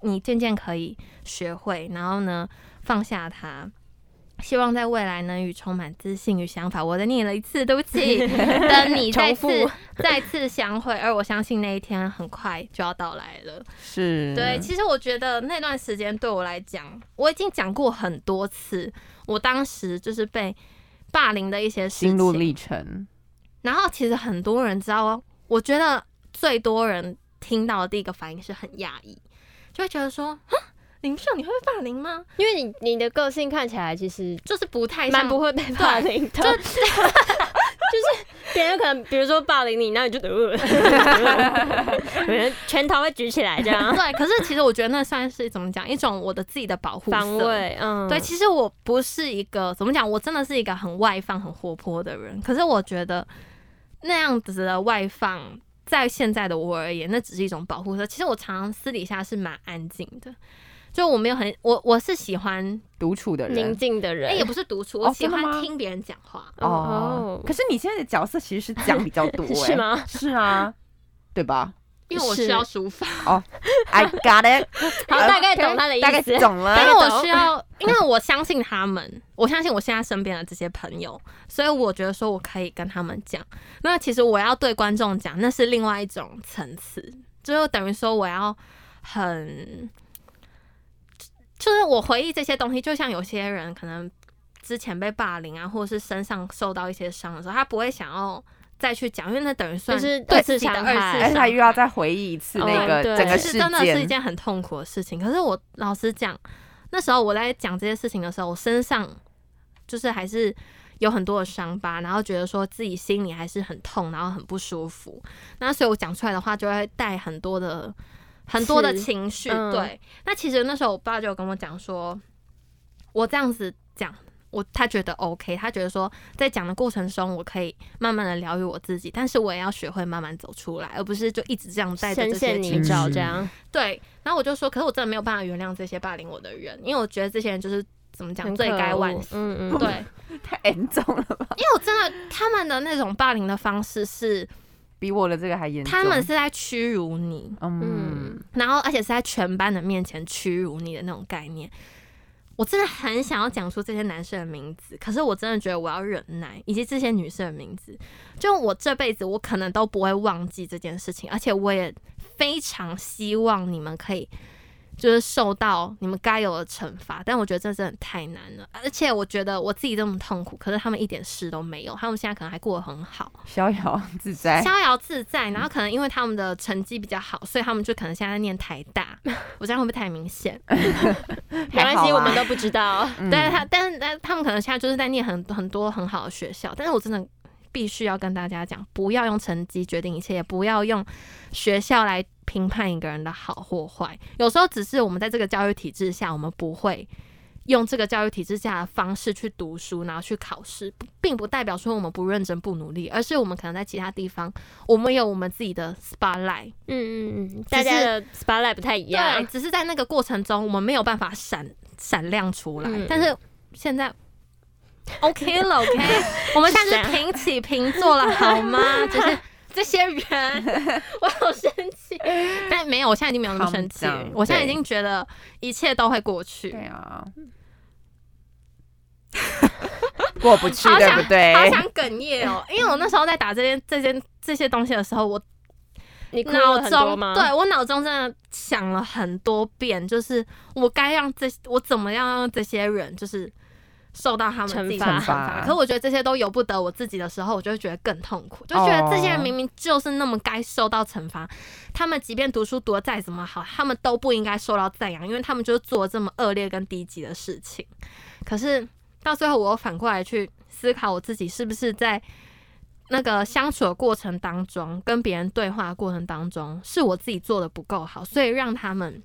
[SPEAKER 1] 你渐渐可以学会，然后呢，放下它。希望在未来呢，与充满自信与想法，我再念了一次，对不起， 等你再
[SPEAKER 3] 重复
[SPEAKER 1] 次再次相会，而我相信那一天很快就要到来了。
[SPEAKER 2] 是，
[SPEAKER 1] 对，其实我觉得那段时间对我来讲，我已经讲过很多次，我当时就是被霸凌的一些事
[SPEAKER 2] 心路
[SPEAKER 1] 情。
[SPEAKER 2] 历程，
[SPEAKER 1] 然后其实很多人知道哦，我觉得最多人听到的第一个反应是很讶异，就会觉得说，啊，林秀你会被霸凌吗？
[SPEAKER 3] 因为你你的个性看起来其实
[SPEAKER 1] 就是不太像
[SPEAKER 3] 蛮不 会被霸凌的，就是别人可能比如说霸凌你，那你就呃，可能拳头会举起来这样
[SPEAKER 1] 对，可是其实我觉得那算是怎么讲，一种我的自己的保护
[SPEAKER 3] 防
[SPEAKER 1] 色
[SPEAKER 3] 卫，嗯，
[SPEAKER 1] 对，其实我不是一个怎么讲，我真的是一个很外放、很活泼的人。可是我觉得那样子的外放，在现在的我而言，那只是一种保护色。其实我常常私底下是蛮安静的，就我没有很我我是喜欢，
[SPEAKER 2] 独处的
[SPEAKER 3] 宁
[SPEAKER 2] 人。
[SPEAKER 3] 静的人
[SPEAKER 1] 哎、也不是独处，
[SPEAKER 2] 哦
[SPEAKER 1] 我喜
[SPEAKER 2] 真的吗
[SPEAKER 1] 欢听别人讲话。
[SPEAKER 2] 哦
[SPEAKER 3] 哦，，
[SPEAKER 2] 可是你现在的角色其实是讲比较 多欸
[SPEAKER 3] 是？吗？
[SPEAKER 2] 是啊，对吧
[SPEAKER 1] 因为我
[SPEAKER 3] 是
[SPEAKER 1] 需要抒发，
[SPEAKER 2] ？I got it，
[SPEAKER 3] 好，
[SPEAKER 2] 呃
[SPEAKER 3] 大概懂他的意
[SPEAKER 2] 大概
[SPEAKER 3] 思。
[SPEAKER 2] 懂
[SPEAKER 1] 因
[SPEAKER 2] 了。
[SPEAKER 1] 为
[SPEAKER 3] 懂
[SPEAKER 1] 我需要，因为我相信他们，我相信我现在身边的这些朋友，所以我觉得说我可以跟他们讲。那其实我要对观众讲，那是另外一种层次，就等于说我要很，就是我回忆这些东西，就像有些人可能之前被霸凌啊，或者是身上受到一些伤的时候，他不会想要再去讲，因为那等于算
[SPEAKER 3] 就是
[SPEAKER 1] 对
[SPEAKER 3] 二次
[SPEAKER 1] 自己的
[SPEAKER 3] 伤
[SPEAKER 1] 二
[SPEAKER 3] 害
[SPEAKER 1] 次
[SPEAKER 2] 而且他
[SPEAKER 1] 伤
[SPEAKER 2] 又要
[SPEAKER 1] 害
[SPEAKER 2] 再回忆一次那
[SPEAKER 3] 哦
[SPEAKER 2] 个
[SPEAKER 3] 对
[SPEAKER 2] 整个
[SPEAKER 1] 其
[SPEAKER 2] 事
[SPEAKER 1] 实真的是一
[SPEAKER 2] 件，
[SPEAKER 1] 件很痛苦的事情。可是我老实讲，那时候我在讲这些事情的时候，我身上就是还是有很多的伤疤，然后觉得说自己心里还是很痛，然后很不舒服。那所以我讲出来的话就会带很多的很多的
[SPEAKER 3] 是
[SPEAKER 1] 情绪。
[SPEAKER 3] 嗯
[SPEAKER 1] 对，那其实那时候我爸就有跟我讲说，我这样子讲。我他觉得 OK，他觉得说在讲的过程中，我可以慢慢的疗愈我自己，但是我也要学会慢慢走出来，而不是就一直这样带着
[SPEAKER 3] 深
[SPEAKER 1] 这些
[SPEAKER 3] 陷
[SPEAKER 1] 情
[SPEAKER 3] 泥
[SPEAKER 1] 绪。
[SPEAKER 3] 沼这样，
[SPEAKER 1] 对，然后我就说，可是我真的没有办法原谅这些霸凌我的人，因为我觉得这些人就是怎么讲
[SPEAKER 3] 很
[SPEAKER 1] 罪
[SPEAKER 3] 可
[SPEAKER 1] 该
[SPEAKER 3] 恶
[SPEAKER 1] 万死。
[SPEAKER 3] 嗯嗯，
[SPEAKER 1] 对，
[SPEAKER 3] 对，
[SPEAKER 1] 因
[SPEAKER 2] 太严重了吧？
[SPEAKER 1] 为我真的他们的那种霸凌的方式是，
[SPEAKER 2] 比我的这个还严重。
[SPEAKER 1] 他们是在屈辱你，
[SPEAKER 2] 嗯
[SPEAKER 3] 嗯，
[SPEAKER 1] 然后而且是在全班的面前屈辱你的那种概念。我真的很想要讲出这些男生的名字，可是我真的觉得我要忍耐，以及这些女生的名字，就我这辈子我可能都不会忘记这件事情，而且我也非常希望你们可以。就是受到你们该有的惩罚，但我觉得这真的太难了，而且我觉得我自己这么痛苦，可是他们一点事都没有，他们现在可能还过得很好，
[SPEAKER 2] 逍遥自在。
[SPEAKER 1] 逍遥自在，然后可能因为他们的成绩比较好，所以他们就可能现在在念台大，我这样会不会太明显？
[SPEAKER 3] 没关
[SPEAKER 2] 还好
[SPEAKER 3] 系，
[SPEAKER 2] 啊
[SPEAKER 3] 我们都不知道。
[SPEAKER 2] 嗯
[SPEAKER 1] 对他，但是但他们可能现在就是在念很很多很好的学校，但是我真的必须要跟大家讲，不要用成绩决定一切，也不要用学校来评判一个人的好或坏。有时候只是我们在这个教育体制下，我们不会用这个教育体制下的方式去读书，然后去考试，不并不代表说我们不认真不努力，而是我们可能在其他地方，我们有我们自己的 spotlight。
[SPEAKER 3] 嗯嗯嗯，大家的 spotlight 不太一
[SPEAKER 1] 对，
[SPEAKER 3] 样。
[SPEAKER 1] 只是在那个过程中，我们没有办法闪闪亮出来。
[SPEAKER 3] 嗯
[SPEAKER 1] 但是现 在 OK 了，OK，我们现在是平起平坐了，好 吗？就是这些人，我好生气，但没有，我现在已经没有那么生气
[SPEAKER 2] Calm down，，
[SPEAKER 1] 我现在已
[SPEAKER 2] 对
[SPEAKER 1] 经觉得一切都会过去。
[SPEAKER 2] 对 啊，过不去，
[SPEAKER 1] 好
[SPEAKER 2] 对
[SPEAKER 1] 想
[SPEAKER 2] 不对？
[SPEAKER 1] 好
[SPEAKER 3] 啊
[SPEAKER 1] 想哽咽哦，因为我那时候在打这些、这些、这些东西的时候，我
[SPEAKER 3] 你哭
[SPEAKER 1] 脑
[SPEAKER 3] 了很多
[SPEAKER 1] 中
[SPEAKER 3] 吗？
[SPEAKER 1] 对我脑中真的想了很多遍，就是我该让这我怎么样让这些人就是受到他们自己的
[SPEAKER 3] 惩罚
[SPEAKER 1] 惩罚。
[SPEAKER 2] 惩罚
[SPEAKER 1] 可是我觉得这些都由不得我自己的时候，我就会觉得更痛苦，就觉得这些人明明就是那么该受到惩罚，他们即便读书读得再怎么好，他们都不应该受到赞扬，因为他们就是做了这么恶劣跟低级的事情。可是到最后，我又反过来去思考我自己是不是在那个相处的过程当中，跟别人对话的过程当中，是我自己做的不够好，所以让他们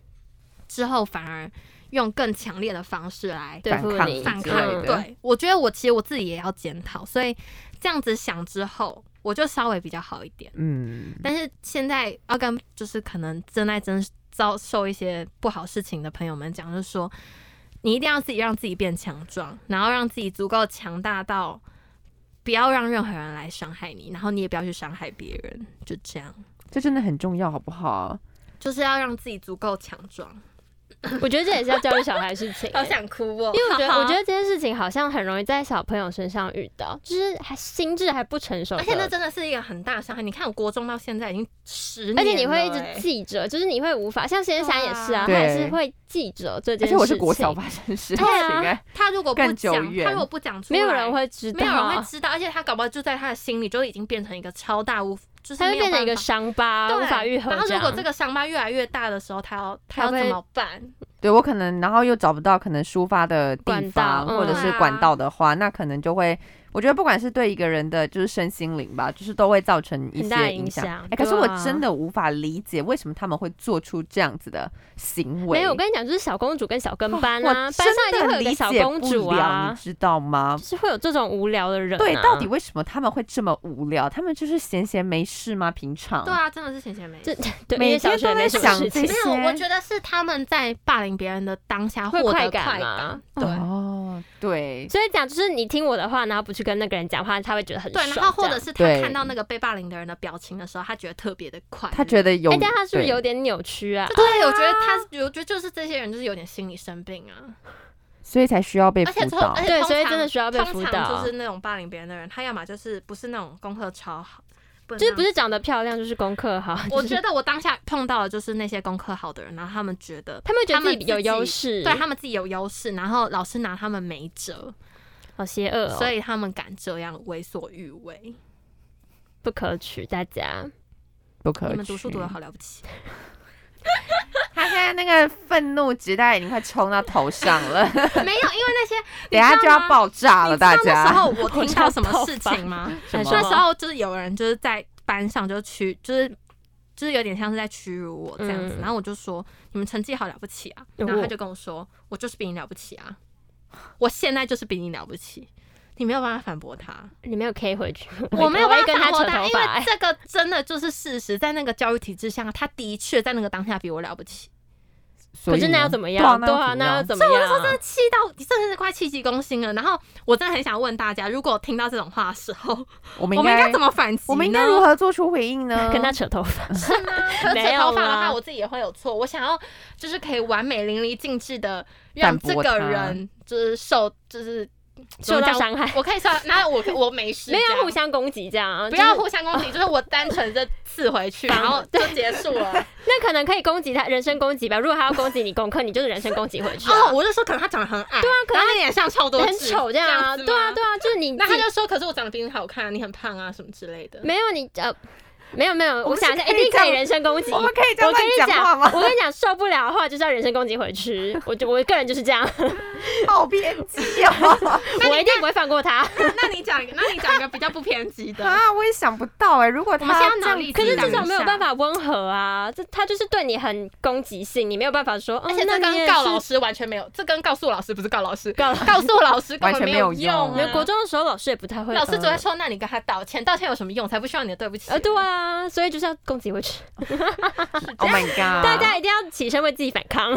[SPEAKER 1] 之后反而用更强烈的方式来
[SPEAKER 3] 对付
[SPEAKER 2] 反抗
[SPEAKER 3] 你
[SPEAKER 1] 反
[SPEAKER 2] 之
[SPEAKER 1] 抗
[SPEAKER 2] 类。的
[SPEAKER 1] 对，我觉得我其实我自己也要检讨，所以这样子想之后，我就稍微比较好一点。
[SPEAKER 2] 嗯，
[SPEAKER 1] 但是现在要跟就是可能正在真遭受一些不好事情的朋友们讲，就是说你一定要自己让自己变强壮，然后让自己足够强大到不要让任何人来伤害你，然后你也不要去伤害别人，就这样，
[SPEAKER 2] 这真的很重要，好不好？
[SPEAKER 1] 就是要让自己足够强壮。
[SPEAKER 3] 我觉得这也是要教育小孩的事情、 欸
[SPEAKER 1] 好想哭哦，
[SPEAKER 3] 因为我觉得，我觉得这件事情好像很容易在小朋友身上遇到，就是还心智还不成熟的，
[SPEAKER 1] 而且那真的是一个很大的伤害。你看，我国中到现在已经十年了
[SPEAKER 3] 而
[SPEAKER 1] 欸，
[SPEAKER 3] 且你会一直记着，就是你会无法像先山也是啊，他
[SPEAKER 2] 对啊
[SPEAKER 3] 也是会记着这
[SPEAKER 2] 而且
[SPEAKER 3] 件事情。
[SPEAKER 2] 我是国小发生事情，
[SPEAKER 3] 对啊
[SPEAKER 2] 哎，
[SPEAKER 1] 他如果不
[SPEAKER 2] 更久
[SPEAKER 1] 讲，
[SPEAKER 2] 远
[SPEAKER 1] 他如果不讲出来，
[SPEAKER 3] 没有人会知道，
[SPEAKER 1] 没有人会知道，而且他搞不好就在他的心里就已经变成一个超大无，就是
[SPEAKER 3] 它会
[SPEAKER 1] 没有
[SPEAKER 3] 变成一个
[SPEAKER 1] 办法
[SPEAKER 3] 伤疤，
[SPEAKER 1] 对
[SPEAKER 3] 无法愈合
[SPEAKER 1] 然后
[SPEAKER 3] 这
[SPEAKER 1] 如
[SPEAKER 3] 样。
[SPEAKER 1] 果这个伤疤越来越大的时候，他要他要
[SPEAKER 3] 他会
[SPEAKER 1] 怎么办？
[SPEAKER 2] 对我可能，然后又找不到可能抒发的地
[SPEAKER 3] 管道
[SPEAKER 2] 方，
[SPEAKER 3] 嗯
[SPEAKER 2] 或者是管道的话，那可能就会，我觉得不管是对一个人的就是身心灵吧，就是都会造成一
[SPEAKER 3] 很大
[SPEAKER 2] 些
[SPEAKER 3] 的
[SPEAKER 2] 影
[SPEAKER 3] 影
[SPEAKER 2] 响。
[SPEAKER 3] 响
[SPEAKER 2] 哎、可是我
[SPEAKER 3] 对啊
[SPEAKER 2] 真的无法理解为什么他们会做出这样子的行为。
[SPEAKER 3] 没有，我跟你讲，就是小公主跟小跟班
[SPEAKER 2] 我
[SPEAKER 3] 啊，班上
[SPEAKER 2] 真
[SPEAKER 3] 一定
[SPEAKER 2] 的
[SPEAKER 3] 会有
[SPEAKER 2] 很
[SPEAKER 3] 一个
[SPEAKER 2] 理
[SPEAKER 3] 小
[SPEAKER 2] 解
[SPEAKER 3] 公
[SPEAKER 2] 不
[SPEAKER 3] 主
[SPEAKER 2] 了，
[SPEAKER 3] 啊
[SPEAKER 2] 你，知道吗
[SPEAKER 3] 就？是会有这种无聊的人、啊。
[SPEAKER 2] 对，到底为什么他们会这么无聊？他们就是闲闲没事吗？平常
[SPEAKER 1] 对啊，真的是闲闲没事
[SPEAKER 3] 这。对，
[SPEAKER 2] 每
[SPEAKER 3] 因为小
[SPEAKER 2] 天
[SPEAKER 3] 学
[SPEAKER 2] 都在
[SPEAKER 3] 没什么
[SPEAKER 2] 想
[SPEAKER 3] 事情
[SPEAKER 2] 这
[SPEAKER 1] 没有，我
[SPEAKER 2] 些
[SPEAKER 1] 觉得是他们在霸凌别人的当下获得
[SPEAKER 3] 会快
[SPEAKER 1] 感
[SPEAKER 3] 感啊嘛。
[SPEAKER 1] 对
[SPEAKER 2] 哦，对，
[SPEAKER 3] 所以讲就是你听我的话，然后不去跟那个人讲话，他会觉得很爽
[SPEAKER 1] 对，
[SPEAKER 3] 这样。
[SPEAKER 1] 然后或者是他
[SPEAKER 2] 对
[SPEAKER 1] 看到那个被霸凌的人的表情的时候，他觉得特别的快乐。
[SPEAKER 2] 他觉得有，
[SPEAKER 3] 哎，但他是不是
[SPEAKER 2] 对
[SPEAKER 3] 有点扭曲啊？
[SPEAKER 1] 对，我觉得他，我觉得就是这些人就是有点心理生病啊。
[SPEAKER 2] 所以才需要被
[SPEAKER 1] 而且
[SPEAKER 2] 辅
[SPEAKER 1] 从
[SPEAKER 2] 导
[SPEAKER 1] 而。且
[SPEAKER 3] 对，
[SPEAKER 1] 通
[SPEAKER 3] 所以
[SPEAKER 1] 常
[SPEAKER 3] 真的需要被
[SPEAKER 1] 通
[SPEAKER 3] 辅
[SPEAKER 1] 常
[SPEAKER 3] 导
[SPEAKER 1] 就，是那种霸凌别人的人，他要么就是不是那种功课超好，不
[SPEAKER 3] 就是不
[SPEAKER 1] 是
[SPEAKER 3] 是长得漂亮，就是功课好。
[SPEAKER 1] 那种。我
[SPEAKER 3] 就是
[SPEAKER 1] 觉得我当下碰到的就是那些功课好的人，然后他们觉得，
[SPEAKER 3] 他们会觉
[SPEAKER 1] 他
[SPEAKER 3] 得
[SPEAKER 1] 们
[SPEAKER 3] 自己有
[SPEAKER 1] 自己
[SPEAKER 3] 优势，
[SPEAKER 1] 对他们自己有优势，然后老师拿他们没辙，
[SPEAKER 3] 好邪恶哦，
[SPEAKER 1] 所以他们敢这样为所欲为。
[SPEAKER 3] 不可取。大家
[SPEAKER 2] 不可
[SPEAKER 1] 你们读书
[SPEAKER 2] 取
[SPEAKER 1] 读的好了不起，
[SPEAKER 2] 他现在那个愤怒值大概已经快冲到头上 了，
[SPEAKER 1] 没有，因为那些
[SPEAKER 2] 等一下就要爆炸
[SPEAKER 1] 你
[SPEAKER 2] 了，
[SPEAKER 1] 知道
[SPEAKER 2] 大
[SPEAKER 1] 那时
[SPEAKER 2] 家。
[SPEAKER 1] 候 我听到什么事情吗？
[SPEAKER 2] 什
[SPEAKER 3] 什
[SPEAKER 1] 那
[SPEAKER 3] 么
[SPEAKER 2] 么？
[SPEAKER 1] 时候就是有人就是在班上就屈，就是就是有点像是在屈辱我这样子，
[SPEAKER 3] 嗯
[SPEAKER 1] 然后我就说你们成绩好了不起啊，
[SPEAKER 3] 哦
[SPEAKER 1] 然后他就跟我说我就是比你了不起啊，我现在就是比你了不起。你没有办法反驳他，
[SPEAKER 3] 你没有 K 回去，
[SPEAKER 1] 我没有办
[SPEAKER 3] 会
[SPEAKER 1] 法
[SPEAKER 3] 跟他
[SPEAKER 1] 反驳
[SPEAKER 3] 扯
[SPEAKER 1] 他，
[SPEAKER 3] 头
[SPEAKER 1] 因
[SPEAKER 3] 发
[SPEAKER 1] 为
[SPEAKER 3] 欸。
[SPEAKER 1] 这个真的就是事实，在那个教育体制下，他的确在那个当下比我了不起。
[SPEAKER 2] 所
[SPEAKER 3] 可
[SPEAKER 2] 以
[SPEAKER 3] 是那
[SPEAKER 2] 呢
[SPEAKER 3] 要怎么
[SPEAKER 2] 对啊
[SPEAKER 3] 样？
[SPEAKER 2] 那
[SPEAKER 3] 对
[SPEAKER 2] 要
[SPEAKER 3] 啊，
[SPEAKER 2] 怎么
[SPEAKER 3] 那要
[SPEAKER 2] 样
[SPEAKER 3] 怎么样？
[SPEAKER 1] 真的气到真的是快气急攻心了。然后我真的很想问大家，如果听到这种话的时候，
[SPEAKER 2] 我们
[SPEAKER 1] 我
[SPEAKER 2] 应
[SPEAKER 1] 们应
[SPEAKER 2] 该
[SPEAKER 1] 该怎么反击呢？
[SPEAKER 2] 我们应该如何做出回应呢？
[SPEAKER 3] 跟他扯头发，
[SPEAKER 1] 是吗？可是
[SPEAKER 3] 没有
[SPEAKER 1] 头发的
[SPEAKER 3] 啦
[SPEAKER 1] 话，我自己也会有错。我想要就是可以完美淋漓尽致的让
[SPEAKER 2] 反
[SPEAKER 1] 这
[SPEAKER 2] 驳
[SPEAKER 1] 个
[SPEAKER 2] 他
[SPEAKER 1] 人就是受就是
[SPEAKER 3] 受到 伤害，
[SPEAKER 1] 我可以受到，然后我我没事，
[SPEAKER 3] 没
[SPEAKER 1] 这
[SPEAKER 3] 有
[SPEAKER 1] 样
[SPEAKER 3] 互。相攻击这样啊，
[SPEAKER 1] 不
[SPEAKER 3] 就是
[SPEAKER 1] 要互相攻击，就是我单纯的刺回去，然后就结束了。
[SPEAKER 3] 那可能可以攻击他人身攻击吧。如果他要攻击你功课，你就是人身攻击回去啊。
[SPEAKER 1] 哦，我就说可能他长得很矮，对啊，可能他脸上超多
[SPEAKER 3] 很
[SPEAKER 1] 痣
[SPEAKER 3] 丑这样啊，
[SPEAKER 1] 子
[SPEAKER 3] 对啊，
[SPEAKER 1] 吗
[SPEAKER 3] 对啊，就是你
[SPEAKER 1] 那
[SPEAKER 3] 自
[SPEAKER 1] 他
[SPEAKER 3] 己
[SPEAKER 1] 就说，可是我长得比你好看，你很胖啊，什么之类的。
[SPEAKER 3] 没有你呃，没有没有，
[SPEAKER 2] 我
[SPEAKER 3] 我
[SPEAKER 2] 们是
[SPEAKER 3] 想一下，
[SPEAKER 2] 可
[SPEAKER 3] 一
[SPEAKER 2] 以
[SPEAKER 3] 定
[SPEAKER 2] 这
[SPEAKER 3] 可以
[SPEAKER 2] 样
[SPEAKER 3] 人身攻 击。
[SPEAKER 2] 我们可以这样
[SPEAKER 3] 我跟你
[SPEAKER 2] 乱讲话
[SPEAKER 3] 讲，
[SPEAKER 2] 吗？
[SPEAKER 3] 我跟你讲，受不了的话就是要人身攻击 回去。我就我个人就是这样，
[SPEAKER 2] 好偏激 哦！
[SPEAKER 3] 我一定不会放过他。
[SPEAKER 1] 那你讲一个，那你讲一个比较不偏激的，
[SPEAKER 2] 啊，我也想不到哎、如 果
[SPEAKER 1] 我
[SPEAKER 2] 他
[SPEAKER 1] 们现在
[SPEAKER 2] 这
[SPEAKER 1] 脑
[SPEAKER 2] 样
[SPEAKER 1] 力
[SPEAKER 2] 子
[SPEAKER 3] 可
[SPEAKER 1] 激
[SPEAKER 3] 是
[SPEAKER 1] 荡
[SPEAKER 3] 这
[SPEAKER 1] 一
[SPEAKER 3] 种没有
[SPEAKER 1] 下
[SPEAKER 3] 办法温和啊，这他就是对你很攻击性，你没有办法说，
[SPEAKER 1] 而
[SPEAKER 3] 嗯
[SPEAKER 1] 且，
[SPEAKER 3] 那
[SPEAKER 1] 这
[SPEAKER 3] 你也
[SPEAKER 1] 跟告老
[SPEAKER 3] 是。
[SPEAKER 1] 师完全没有，这跟告诉老师不是告老师，
[SPEAKER 3] 告
[SPEAKER 1] 告诉老师根
[SPEAKER 2] 完
[SPEAKER 1] 本
[SPEAKER 2] 全
[SPEAKER 1] 没
[SPEAKER 2] 没有
[SPEAKER 1] 用
[SPEAKER 2] 用
[SPEAKER 1] 啊。
[SPEAKER 3] 没有国中的时候，老师也不太会。
[SPEAKER 1] 老师只
[SPEAKER 3] 呃
[SPEAKER 1] 会说，那你跟他道歉，道歉有什么用？才不需要你的对不起。
[SPEAKER 3] 呃，对啊，所以就是要攻击回去，
[SPEAKER 2] ，Oh my god！
[SPEAKER 3] 大家一定要起身为自己反 抗。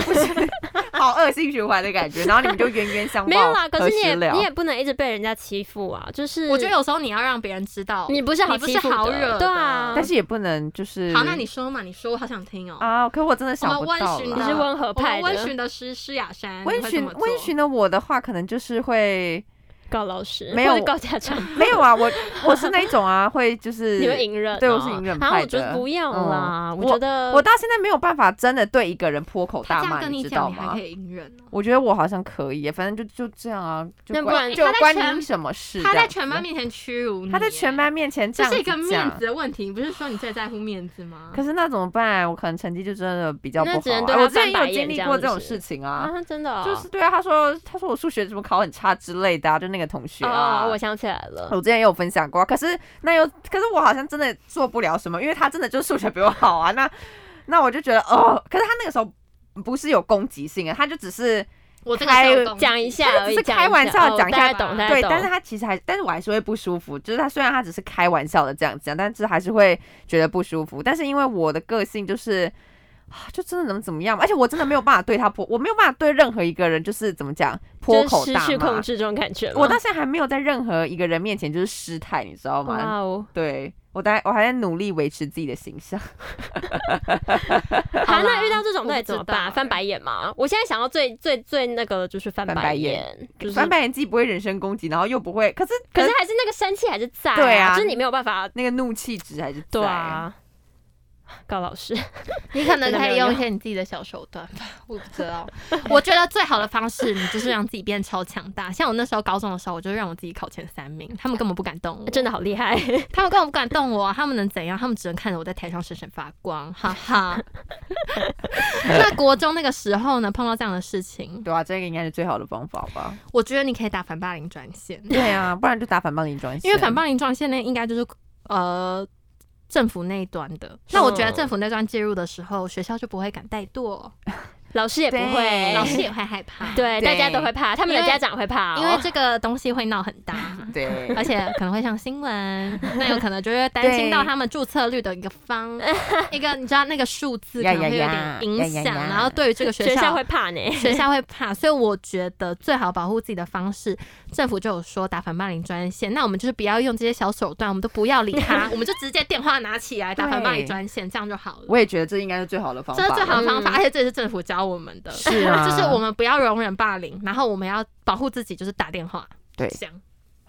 [SPEAKER 2] 好恶性循环的感觉，然后你们就冤冤相报，
[SPEAKER 3] 没有啦，可
[SPEAKER 2] 何
[SPEAKER 3] 是你也
[SPEAKER 2] 时了
[SPEAKER 3] 你也不能一直被人家欺负啊，就是
[SPEAKER 1] 我觉得有时候你要让别人知道。
[SPEAKER 3] 你不是好
[SPEAKER 1] 你不是
[SPEAKER 3] 欺负的
[SPEAKER 1] 好惹的
[SPEAKER 3] 对啊，
[SPEAKER 2] 但是也不能就是
[SPEAKER 1] 好，那你说嘛，你说，我好想听哦。
[SPEAKER 2] 啊，可我真的想
[SPEAKER 1] 我
[SPEAKER 2] 不
[SPEAKER 1] 们温
[SPEAKER 2] 到
[SPEAKER 1] 驯
[SPEAKER 3] 你
[SPEAKER 1] 的
[SPEAKER 3] 是
[SPEAKER 2] 啦
[SPEAKER 3] 温和
[SPEAKER 1] 我
[SPEAKER 3] 派
[SPEAKER 1] 们
[SPEAKER 3] 的，
[SPEAKER 1] 温驯的师施雅珊，
[SPEAKER 2] 温
[SPEAKER 1] 驯
[SPEAKER 2] 驯温驯的我的话，可能就是会
[SPEAKER 3] 告老师，
[SPEAKER 2] 没有
[SPEAKER 3] 或者告家长，
[SPEAKER 2] 没有啊，我 我是那种啊，会就是
[SPEAKER 3] 你会隐忍哦、
[SPEAKER 2] 对我是隐忍
[SPEAKER 3] 然后
[SPEAKER 2] 派
[SPEAKER 3] 我觉得
[SPEAKER 2] 的
[SPEAKER 3] 不要
[SPEAKER 2] 嗯
[SPEAKER 3] 啦，我
[SPEAKER 2] 我
[SPEAKER 3] 觉得
[SPEAKER 2] 我到现在没有办法真的对一个人破口
[SPEAKER 1] 他
[SPEAKER 2] 大
[SPEAKER 1] 这样
[SPEAKER 2] 骂，
[SPEAKER 1] 跟
[SPEAKER 2] 你知道
[SPEAKER 1] 讲，你还
[SPEAKER 2] 吗
[SPEAKER 1] 可？以隐忍哦。
[SPEAKER 2] 我觉得我好像可以耶，反正就就这样啊，就
[SPEAKER 3] 那不
[SPEAKER 2] 关
[SPEAKER 3] 然
[SPEAKER 2] 就
[SPEAKER 1] 他在
[SPEAKER 2] 关
[SPEAKER 1] 全
[SPEAKER 2] 你什么事？
[SPEAKER 1] 他
[SPEAKER 2] 这样
[SPEAKER 1] 在
[SPEAKER 2] 子
[SPEAKER 1] 全班面前屈辱你，
[SPEAKER 2] 他在全，班面前
[SPEAKER 1] 这
[SPEAKER 2] 这样
[SPEAKER 1] 是一个
[SPEAKER 2] 子
[SPEAKER 1] 面
[SPEAKER 2] 讲
[SPEAKER 1] 子的问题。你不是说你最在乎面子吗？
[SPEAKER 2] 可是那怎么办？我可能成绩就真的比较不
[SPEAKER 3] 嗯那
[SPEAKER 2] 好、啊。
[SPEAKER 3] 只能对
[SPEAKER 2] 哎我
[SPEAKER 3] 他
[SPEAKER 2] 之前
[SPEAKER 3] 翻白
[SPEAKER 2] 有
[SPEAKER 3] 眼
[SPEAKER 2] 经历
[SPEAKER 3] 这
[SPEAKER 2] 过
[SPEAKER 3] 样
[SPEAKER 2] 这种
[SPEAKER 3] 子
[SPEAKER 2] 事情
[SPEAKER 3] 啊
[SPEAKER 2] 啊，，
[SPEAKER 3] 真的哦、
[SPEAKER 2] 就是对啊，他说他说我数学怎么考很差之类的啊，就那个同学啊。
[SPEAKER 3] 哦，我想起来了，
[SPEAKER 2] 我之前也有分享过啊，可是那又可是我好像真的做不了什么，因为他真的就是数学比我好啊。那那我就觉得哦，可是他那个时候不是有攻击性啊，他就只是
[SPEAKER 1] 我这个是有动机
[SPEAKER 3] 讲一下而已，
[SPEAKER 2] 是
[SPEAKER 3] 讲
[SPEAKER 2] 开玩笑
[SPEAKER 3] 哦
[SPEAKER 2] 讲一
[SPEAKER 3] 大家
[SPEAKER 2] 下
[SPEAKER 3] 懂，大
[SPEAKER 2] 对，
[SPEAKER 3] 家
[SPEAKER 2] 但是
[SPEAKER 3] 懂。
[SPEAKER 2] 他其实还，但是我还是会不舒服。就是他虽然他只是开玩笑的这样讲，啊但是还是会觉得不舒服。但是因为我的个性就是，啊就真的能怎么样嘛？而且我真的没有办法对他破，我没有办法对任何一个人就是怎么讲破
[SPEAKER 3] 就是
[SPEAKER 2] 口
[SPEAKER 3] 失
[SPEAKER 2] 大
[SPEAKER 3] 去控
[SPEAKER 2] 骂。
[SPEAKER 3] 制这种感觉吗，
[SPEAKER 2] 我到现在还没有在任何一个人面前就是失态，你知道
[SPEAKER 3] 哇
[SPEAKER 2] 吗？
[SPEAKER 3] 哦，
[SPEAKER 2] 对我在我还在努力维持自己的形象。
[SPEAKER 3] 好，
[SPEAKER 1] 好啦
[SPEAKER 3] 那遇到这种到底怎么
[SPEAKER 1] 我不知
[SPEAKER 2] 欸
[SPEAKER 3] 办？
[SPEAKER 1] 道
[SPEAKER 3] 翻白眼吗？我现在想要最最最那个的就是翻
[SPEAKER 2] 翻白眼
[SPEAKER 3] 眼，就是
[SPEAKER 2] 翻白眼既不会人身攻击，然后又不会，可是
[SPEAKER 3] 可是还是那个生气还是在、
[SPEAKER 2] 对啊
[SPEAKER 3] 就是你没有办法，
[SPEAKER 2] 那个怒气值还是在
[SPEAKER 3] 对。啊，高老师，
[SPEAKER 1] 你可能
[SPEAKER 3] 真的
[SPEAKER 1] 可
[SPEAKER 3] 没有
[SPEAKER 1] 以用一
[SPEAKER 3] 用
[SPEAKER 1] 些你自己的小手段吧，我不知 道。我觉得最好的方式，你就是让自己变超强大。像我那时候高中的时候，我就让我自己考前三名，他们根本不敢动我，
[SPEAKER 3] 真的好厉害，
[SPEAKER 1] 他们根本不敢动我啊，他们能怎样？他们只能看着我在台上闪闪发光，哈哈。那国中那个时候呢，碰到这样的事情，
[SPEAKER 2] 对啊，这个应该是最好的方法吧？
[SPEAKER 1] 我觉得你可以打反霸凌专线，
[SPEAKER 2] 对啊，不然就打反帮你专线。
[SPEAKER 1] 因为反霸凌专线呢，应该就是呃。政府那一端的，那我觉得
[SPEAKER 3] 嗯
[SPEAKER 1] 政府那端介入的时候，学校就不会敢怠惰，
[SPEAKER 3] 老师也不会，
[SPEAKER 2] 对
[SPEAKER 1] 老师也会害怕。
[SPEAKER 3] 对，大家都会怕，他们的
[SPEAKER 1] 因为
[SPEAKER 3] 家长会怕哦、
[SPEAKER 1] 因为这个东西会闹很大，
[SPEAKER 3] 啊
[SPEAKER 2] 对，
[SPEAKER 1] 而且可能会上新 闻，那有可能就会担心到他们注册率的一个方，一个你知道那个数字可
[SPEAKER 2] 呀
[SPEAKER 1] 能会有
[SPEAKER 2] 呀呀
[SPEAKER 1] 点影响，
[SPEAKER 2] 呀呀呀
[SPEAKER 1] 然后对于这个
[SPEAKER 3] 学
[SPEAKER 1] 学
[SPEAKER 3] 校
[SPEAKER 1] 校
[SPEAKER 3] 会。怕呢。
[SPEAKER 1] 学校会怕，所以我觉得最好保护自己的方式，政府就有说打反霸凌专线。那我们就是不要用这些小手段，我们都不要理他， 我们就直接电话拿起来打反霸凌专线，这样就好了。
[SPEAKER 2] 我也觉得这应该是最好的方法
[SPEAKER 1] 这是
[SPEAKER 2] 了。
[SPEAKER 1] 最好的方法，
[SPEAKER 3] 嗯
[SPEAKER 1] 而且这也是政府教我们的，
[SPEAKER 2] 是 啊，
[SPEAKER 1] 就是我们不要容忍霸凌，然后我们要保护自己，就是打电话。
[SPEAKER 2] 对
[SPEAKER 1] 这样。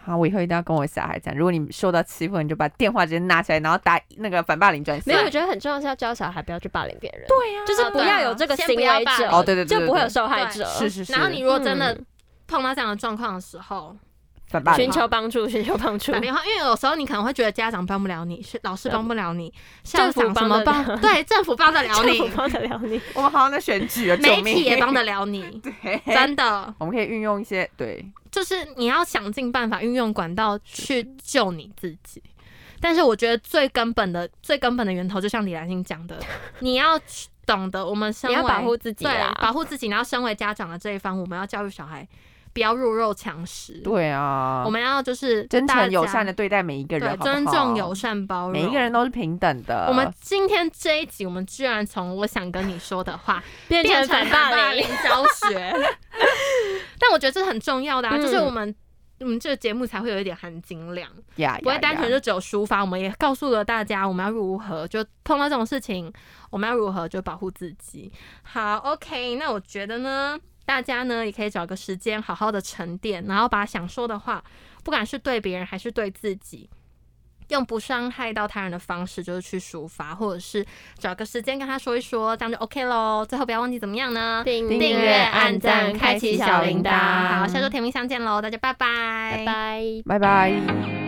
[SPEAKER 2] 好，我以后一定要跟我小孩讲，如果你受到欺负，你就把电话直接拿起来，然后打那个反霸凌专线。
[SPEAKER 3] 没有，我觉得很重要是要教小孩不要去霸凌别人，对呀、就是
[SPEAKER 1] 啊
[SPEAKER 3] 不
[SPEAKER 1] 对
[SPEAKER 3] 要
[SPEAKER 1] 啊
[SPEAKER 3] 有这个
[SPEAKER 1] 先
[SPEAKER 3] 行
[SPEAKER 1] 不要
[SPEAKER 3] 为
[SPEAKER 1] 霸
[SPEAKER 3] 者，
[SPEAKER 1] 凌
[SPEAKER 2] 哦对对对
[SPEAKER 3] 就
[SPEAKER 2] 对
[SPEAKER 3] 不会有
[SPEAKER 2] 对
[SPEAKER 3] 受害者，
[SPEAKER 2] 是是是，
[SPEAKER 1] 然后你如果真的
[SPEAKER 3] 嗯
[SPEAKER 1] 碰到这样的状况的时候，
[SPEAKER 2] 反霸凌啊
[SPEAKER 3] 寻，求帮助，寻求帮助
[SPEAKER 1] 打，电话，因为有时候你可能会觉得家长帮不了你，是老师帮不了你， 校
[SPEAKER 3] 政府
[SPEAKER 1] 长什么
[SPEAKER 3] 帮
[SPEAKER 1] 帮
[SPEAKER 3] 得了，
[SPEAKER 1] 对，政府帮得了
[SPEAKER 3] 政府
[SPEAKER 1] 你，
[SPEAKER 3] 帮得了你。
[SPEAKER 2] 我们好像在选举啊，救
[SPEAKER 1] 媒
[SPEAKER 2] 命
[SPEAKER 1] 体也帮得了 你，
[SPEAKER 2] 对，
[SPEAKER 1] 真的，
[SPEAKER 2] 我们可以运用一些对，
[SPEAKER 1] 就是你要想尽办法运用管道去救你自己。但是我觉得最根本的、最根本的源头，就像李兰心 讲的，你要去懂得我们身
[SPEAKER 3] 你
[SPEAKER 1] 为
[SPEAKER 3] 要保护自己啊
[SPEAKER 1] 对
[SPEAKER 3] 啦，
[SPEAKER 1] 保护自己，然后身为家长的这一方，我们要教育小孩。不要弱肉强食。
[SPEAKER 2] 对啊，
[SPEAKER 1] 我们要就是
[SPEAKER 2] 真
[SPEAKER 1] 大
[SPEAKER 2] 诚
[SPEAKER 1] 家
[SPEAKER 2] 友善的对待每一个人，
[SPEAKER 1] 对
[SPEAKER 2] 好不好
[SPEAKER 1] 尊重、友善、包容
[SPEAKER 2] 每一个。人都是平等的。
[SPEAKER 1] 我们今天这一集，我们居然从我想跟你说的 话
[SPEAKER 3] 变
[SPEAKER 1] 变
[SPEAKER 3] 成
[SPEAKER 1] 成
[SPEAKER 3] 反
[SPEAKER 1] 反
[SPEAKER 3] 霸
[SPEAKER 1] 霸
[SPEAKER 3] 凌
[SPEAKER 1] 凌。教学， 但我觉得这是很重要的啊，
[SPEAKER 3] 嗯
[SPEAKER 1] 就是我们我们这个节目才会有一点含金量，
[SPEAKER 2] 呀，
[SPEAKER 1] 不会
[SPEAKER 2] 呀
[SPEAKER 1] 单纯
[SPEAKER 2] 呀
[SPEAKER 1] 就只有抒发。我们也告诉了大家，我们要如何就碰到这种事情，我们要如何就保护自己。好，OK，那我觉得呢，大家呢也可以找个时间好好的沉淀，然后把想说的话，不管是对别人还是对自己。用不伤害到他人的方式，就是去抒发，或者是找个时间跟他说一说，这样就 OK 喽。最后不要忘记怎么样呢？
[SPEAKER 3] 订
[SPEAKER 2] 订阅按
[SPEAKER 1] 赞开启小铃铛。好，
[SPEAKER 3] 好，
[SPEAKER 1] 下
[SPEAKER 3] 下
[SPEAKER 1] 周
[SPEAKER 3] 周
[SPEAKER 1] 甜蜜相见喽，大家拜拜，
[SPEAKER 3] 拜拜。
[SPEAKER 2] 拜拜。